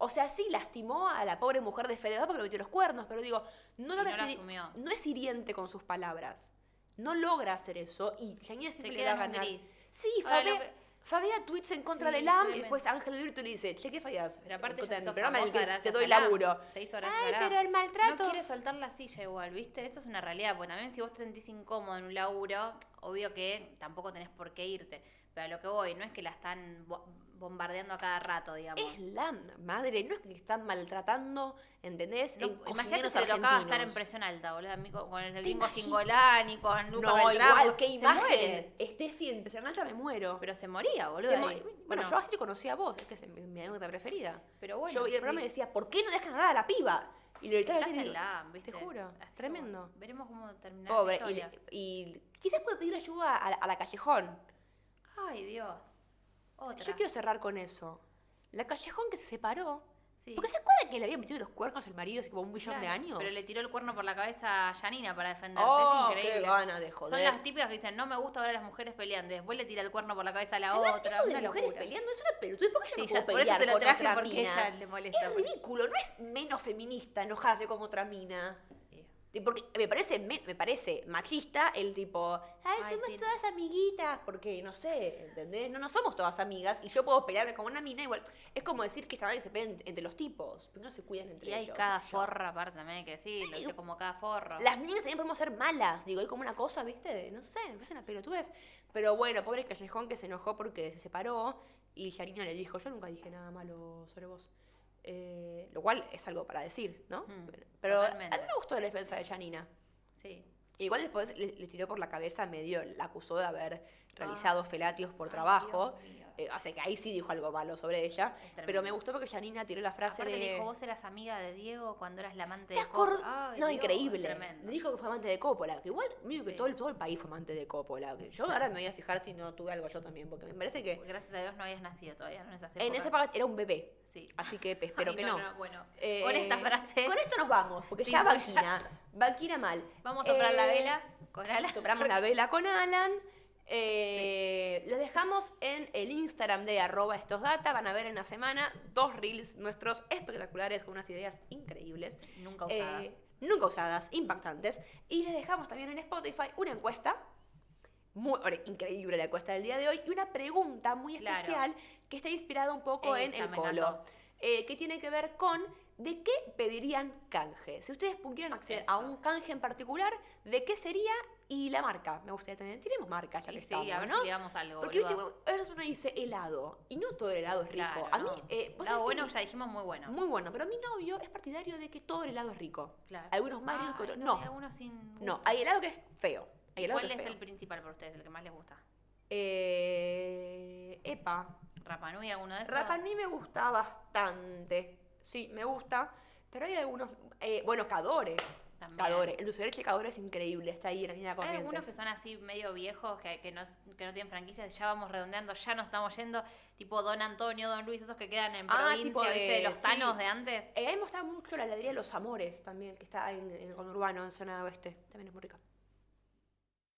[SPEAKER 2] O sea, sí lastimó a la pobre mujer de Fede porque le metió los cuernos, pero digo, no logra
[SPEAKER 1] no lo
[SPEAKER 2] ser-
[SPEAKER 1] asumió.
[SPEAKER 2] no es hiriente con sus palabras. No logra hacer eso y Janina siempre le
[SPEAKER 1] queda
[SPEAKER 2] da
[SPEAKER 1] en un
[SPEAKER 2] ganar.
[SPEAKER 1] gris.
[SPEAKER 2] Sí,
[SPEAKER 1] Ahora,
[SPEAKER 2] Fabea,
[SPEAKER 1] lo que-
[SPEAKER 2] Fabea tweets en contra
[SPEAKER 1] Sí,
[SPEAKER 2] de Lam y
[SPEAKER 1] tremendo.
[SPEAKER 2] después Ángel Brito le dice, che, ¿qué fallas?
[SPEAKER 1] Pero aparte
[SPEAKER 2] Puta,
[SPEAKER 1] ya
[SPEAKER 2] en
[SPEAKER 1] sos
[SPEAKER 2] el programa en el
[SPEAKER 1] famosa
[SPEAKER 2] que
[SPEAKER 1] gracias
[SPEAKER 2] te doy
[SPEAKER 1] a Lam.
[SPEAKER 2] laburo.
[SPEAKER 1] Se hizo gracias
[SPEAKER 2] Ay,
[SPEAKER 1] a Lam.
[SPEAKER 2] pero el maltrato.
[SPEAKER 1] No quiere soltar la silla igual, ¿viste? Eso es una realidad, porque también si vos te sentís incómodo en un laburo, obvio que tampoco tenés por qué irte. Pero a lo que voy, no es que la están bo- bombardeando a cada rato, digamos.
[SPEAKER 2] Es Lam, madre, no es que están maltratando, ¿entendés?
[SPEAKER 1] No,
[SPEAKER 2] En
[SPEAKER 1] imagínate
[SPEAKER 2] cocineros
[SPEAKER 1] si le tocaba estar
[SPEAKER 2] argentinos.
[SPEAKER 1] en presión alta, boludo. A mí con, con el gringo
[SPEAKER 2] imagino?
[SPEAKER 1] Singolani, con Lucas
[SPEAKER 2] No,
[SPEAKER 1] Beltrán,
[SPEAKER 2] igual,
[SPEAKER 1] boludo,
[SPEAKER 2] qué
[SPEAKER 1] se
[SPEAKER 2] imagen.
[SPEAKER 1] muere.
[SPEAKER 2] Steffi en Presión Alta me muero.
[SPEAKER 1] Pero se moría, boludo.
[SPEAKER 2] Te mu-
[SPEAKER 1] ahí.
[SPEAKER 2] bueno, yo así te conocí a vos, es que es mi, mi anécdota preferida.
[SPEAKER 1] Pero bueno,
[SPEAKER 2] yo veía el programa y
[SPEAKER 1] sí.
[SPEAKER 2] decía, ¿por qué no dejan nada a la piba? Y le gritaba
[SPEAKER 1] Estás
[SPEAKER 2] y-
[SPEAKER 1] en LAM, ¿viste?
[SPEAKER 2] Te juro,
[SPEAKER 1] Así que
[SPEAKER 2] tremendo.
[SPEAKER 1] bueno, veremos cómo terminará
[SPEAKER 2] Pobre,
[SPEAKER 1] esta
[SPEAKER 2] y,
[SPEAKER 1] historia.
[SPEAKER 2] y quizás puede pedir ayuda a, la- a la Callejón.
[SPEAKER 1] Ay, Dios. Otra.
[SPEAKER 2] Yo quiero cerrar con eso. La Callejón que se separó.
[SPEAKER 1] Sí.
[SPEAKER 2] Porque se acuerdan que le habían metido los cuernos el marido hace como un millón
[SPEAKER 1] Claro,
[SPEAKER 2] de años.
[SPEAKER 1] Pero le tiró el cuerno por la cabeza a Janina para defenderse.
[SPEAKER 2] oh,
[SPEAKER 1] es increíble.
[SPEAKER 2] qué gana de
[SPEAKER 1] Son
[SPEAKER 2] joder.
[SPEAKER 1] las típicas que dicen, no me gusta ver a las mujeres peleando. y Después le tira el cuerno por la cabeza a la
[SPEAKER 2] Además,
[SPEAKER 1] otra.
[SPEAKER 2] eso de
[SPEAKER 1] una
[SPEAKER 2] mujeres
[SPEAKER 1] locura.
[SPEAKER 2] peleando es una pelotudez. ¿Por qué yo
[SPEAKER 1] Sí,
[SPEAKER 2] no
[SPEAKER 1] ya-
[SPEAKER 2] puedo
[SPEAKER 1] por eso
[SPEAKER 2] pelear
[SPEAKER 1] se lo
[SPEAKER 2] con
[SPEAKER 1] traje
[SPEAKER 2] otra
[SPEAKER 1] porque
[SPEAKER 2] mina?
[SPEAKER 1] ella le molesta.
[SPEAKER 2] Es ridículo, no es menos feminista enojarse con otra mina.
[SPEAKER 1] Sí.
[SPEAKER 2] Y Porque me parece, me, me parece machista el tipo, ay,
[SPEAKER 1] Ay,
[SPEAKER 2] somos
[SPEAKER 1] sí.
[SPEAKER 2] todas amiguitas, porque no sé, ¿entendés? No, no somos todas amigas y yo puedo pelearme con una mina igual. Es como decir que está mal que se peleen entre los tipos, porque no se cuidan entre
[SPEAKER 1] Y hay
[SPEAKER 2] ellos,
[SPEAKER 1] cada
[SPEAKER 2] qué sé yo.
[SPEAKER 1] forra aparte también hay que decirlo.
[SPEAKER 2] Ay,
[SPEAKER 1] Dice como cada forro.
[SPEAKER 2] Las niñas también podemos ser malas, digo, hay como una cosa, ¿viste? De, no sé, me parece una pelotudez. Pero bueno, pobre Callejón que se enojó porque se separó y Yarina le dijo, yo nunca dije nada malo sobre vos. Eh, lo cual es algo para decir, ¿no?
[SPEAKER 1] Mm,
[SPEAKER 2] Pero
[SPEAKER 1] totalmente.
[SPEAKER 2] a mí me gustó la defensa de Yanina.
[SPEAKER 1] Sí.
[SPEAKER 2] Igual después le, le tiró por la cabeza medio, la acusó de haber realizado felatios por trabajo.
[SPEAKER 1] Ah. Dios mío.
[SPEAKER 2] Eh, o sea que ahí sí dijo algo malo sobre ella.
[SPEAKER 1] tremendo.
[SPEAKER 2] Pero me gustó porque Yanina tiró la frase
[SPEAKER 1] Aparte
[SPEAKER 2] de...
[SPEAKER 1] le dijo, vos eras amiga de Diego cuando eras la amante
[SPEAKER 2] ¿Te
[SPEAKER 1] de Coco".
[SPEAKER 2] acor-
[SPEAKER 1] Ay,
[SPEAKER 2] no,
[SPEAKER 1] Dios,
[SPEAKER 2] increíble.
[SPEAKER 1] Tremendo.
[SPEAKER 2] Le dijo que fue amante de Coppola. Que igual, mira que
[SPEAKER 1] Sí.
[SPEAKER 2] todo, el, todo el país fue amante de Coppola. que Yo ahora me voy a fijar si no tuve algo yo también, porque me parece que
[SPEAKER 1] Gracias a Dios no habías nacido todavía, ¿no? En, esas
[SPEAKER 2] en
[SPEAKER 1] épocas.
[SPEAKER 2] esa época era un bebé.
[SPEAKER 1] Sí.
[SPEAKER 2] Así que pe- espero
[SPEAKER 1] Ay,
[SPEAKER 2] que no.
[SPEAKER 1] bueno,
[SPEAKER 2] Eh,
[SPEAKER 1] con esta frase
[SPEAKER 2] Con esto nos vamos, porque
[SPEAKER 1] Sí,
[SPEAKER 2] ya
[SPEAKER 1] porque ya-
[SPEAKER 2] vaquina. Vaquina mal.
[SPEAKER 1] vamos a soplar la
[SPEAKER 2] Eh,
[SPEAKER 1] vela con alas.
[SPEAKER 2] Sopramos la vela con Alan. Eh, Los dejamos en el Instagram de arroba estos data. Van a ver en la semana dos reels nuestros espectaculares con unas ideas increíbles.
[SPEAKER 1] Nunca usadas.
[SPEAKER 2] Eh, nunca usadas, impactantes. Y les dejamos también en Spotify una encuesta. Muy, ahora, increíble la encuesta del día de hoy. Y una pregunta muy
[SPEAKER 1] Claro.
[SPEAKER 2] especial que está inspirada un poco en
[SPEAKER 1] Esa
[SPEAKER 2] el
[SPEAKER 1] me
[SPEAKER 2] colo.
[SPEAKER 1] encantó.
[SPEAKER 2] eh, que tiene que ver con de qué pedirían canje. Si ustedes pudieran acceder a
[SPEAKER 1] Eso.
[SPEAKER 2] un canje en particular, ¿de qué sería? Y la marca, me gustaría también. Tenemos marcas ya que
[SPEAKER 1] Y sí,
[SPEAKER 2] estamos,
[SPEAKER 1] a ver
[SPEAKER 2] ¿no?
[SPEAKER 1] si le damos algo,
[SPEAKER 2] Porque viste,
[SPEAKER 1] boluda.
[SPEAKER 2] a veces uno dice helado, y no todo el helado es rico.
[SPEAKER 1] Claro,
[SPEAKER 2] a mí,
[SPEAKER 1] no.
[SPEAKER 2] eh,
[SPEAKER 1] Lado
[SPEAKER 2] vos sabés que
[SPEAKER 1] bueno,
[SPEAKER 2] mi-
[SPEAKER 1] ya dijimos muy bueno.
[SPEAKER 2] muy bueno, pero mi novio es partidario de que todo el helado es rico.
[SPEAKER 1] Claro.
[SPEAKER 2] Algunos más ricos que
[SPEAKER 1] Ay,
[SPEAKER 2] otros.
[SPEAKER 1] hay
[SPEAKER 2] No,
[SPEAKER 1] algunos sin
[SPEAKER 2] no,
[SPEAKER 1] gusto.
[SPEAKER 2] hay helado que es feo. Hay helado
[SPEAKER 1] ¿Cuál
[SPEAKER 2] que
[SPEAKER 1] es
[SPEAKER 2] es feo.
[SPEAKER 1] el principal para ustedes, el que más les gusta?
[SPEAKER 2] Eh, epa.
[SPEAKER 1] ¿Rapa Nui, alguno de esos?
[SPEAKER 2] Rapa Nui me gusta bastante. Sí, me gusta. Pero hay algunos. eh, bueno, Cadore.
[SPEAKER 1] También.
[SPEAKER 2] Cadore. El dulce de leche Cadore es increíble. Está ahí en la mina
[SPEAKER 1] Hay
[SPEAKER 2] corriente.
[SPEAKER 1] algunos que son así medio viejos, que, que no, que no tienen franquicias, ya vamos redondeando, ya nos estamos yendo, tipo Don Antonio, Don Luis, esos que quedan en
[SPEAKER 2] Ah,
[SPEAKER 1] provincia,
[SPEAKER 2] tipo
[SPEAKER 1] ¿viste?
[SPEAKER 2] de-
[SPEAKER 1] De los
[SPEAKER 2] sí.
[SPEAKER 1] tanos de antes.
[SPEAKER 2] Eh, a mí me gusta mucho la heladería Los Amores también, que está en, en el conurbano, en zona oeste. También es muy rica.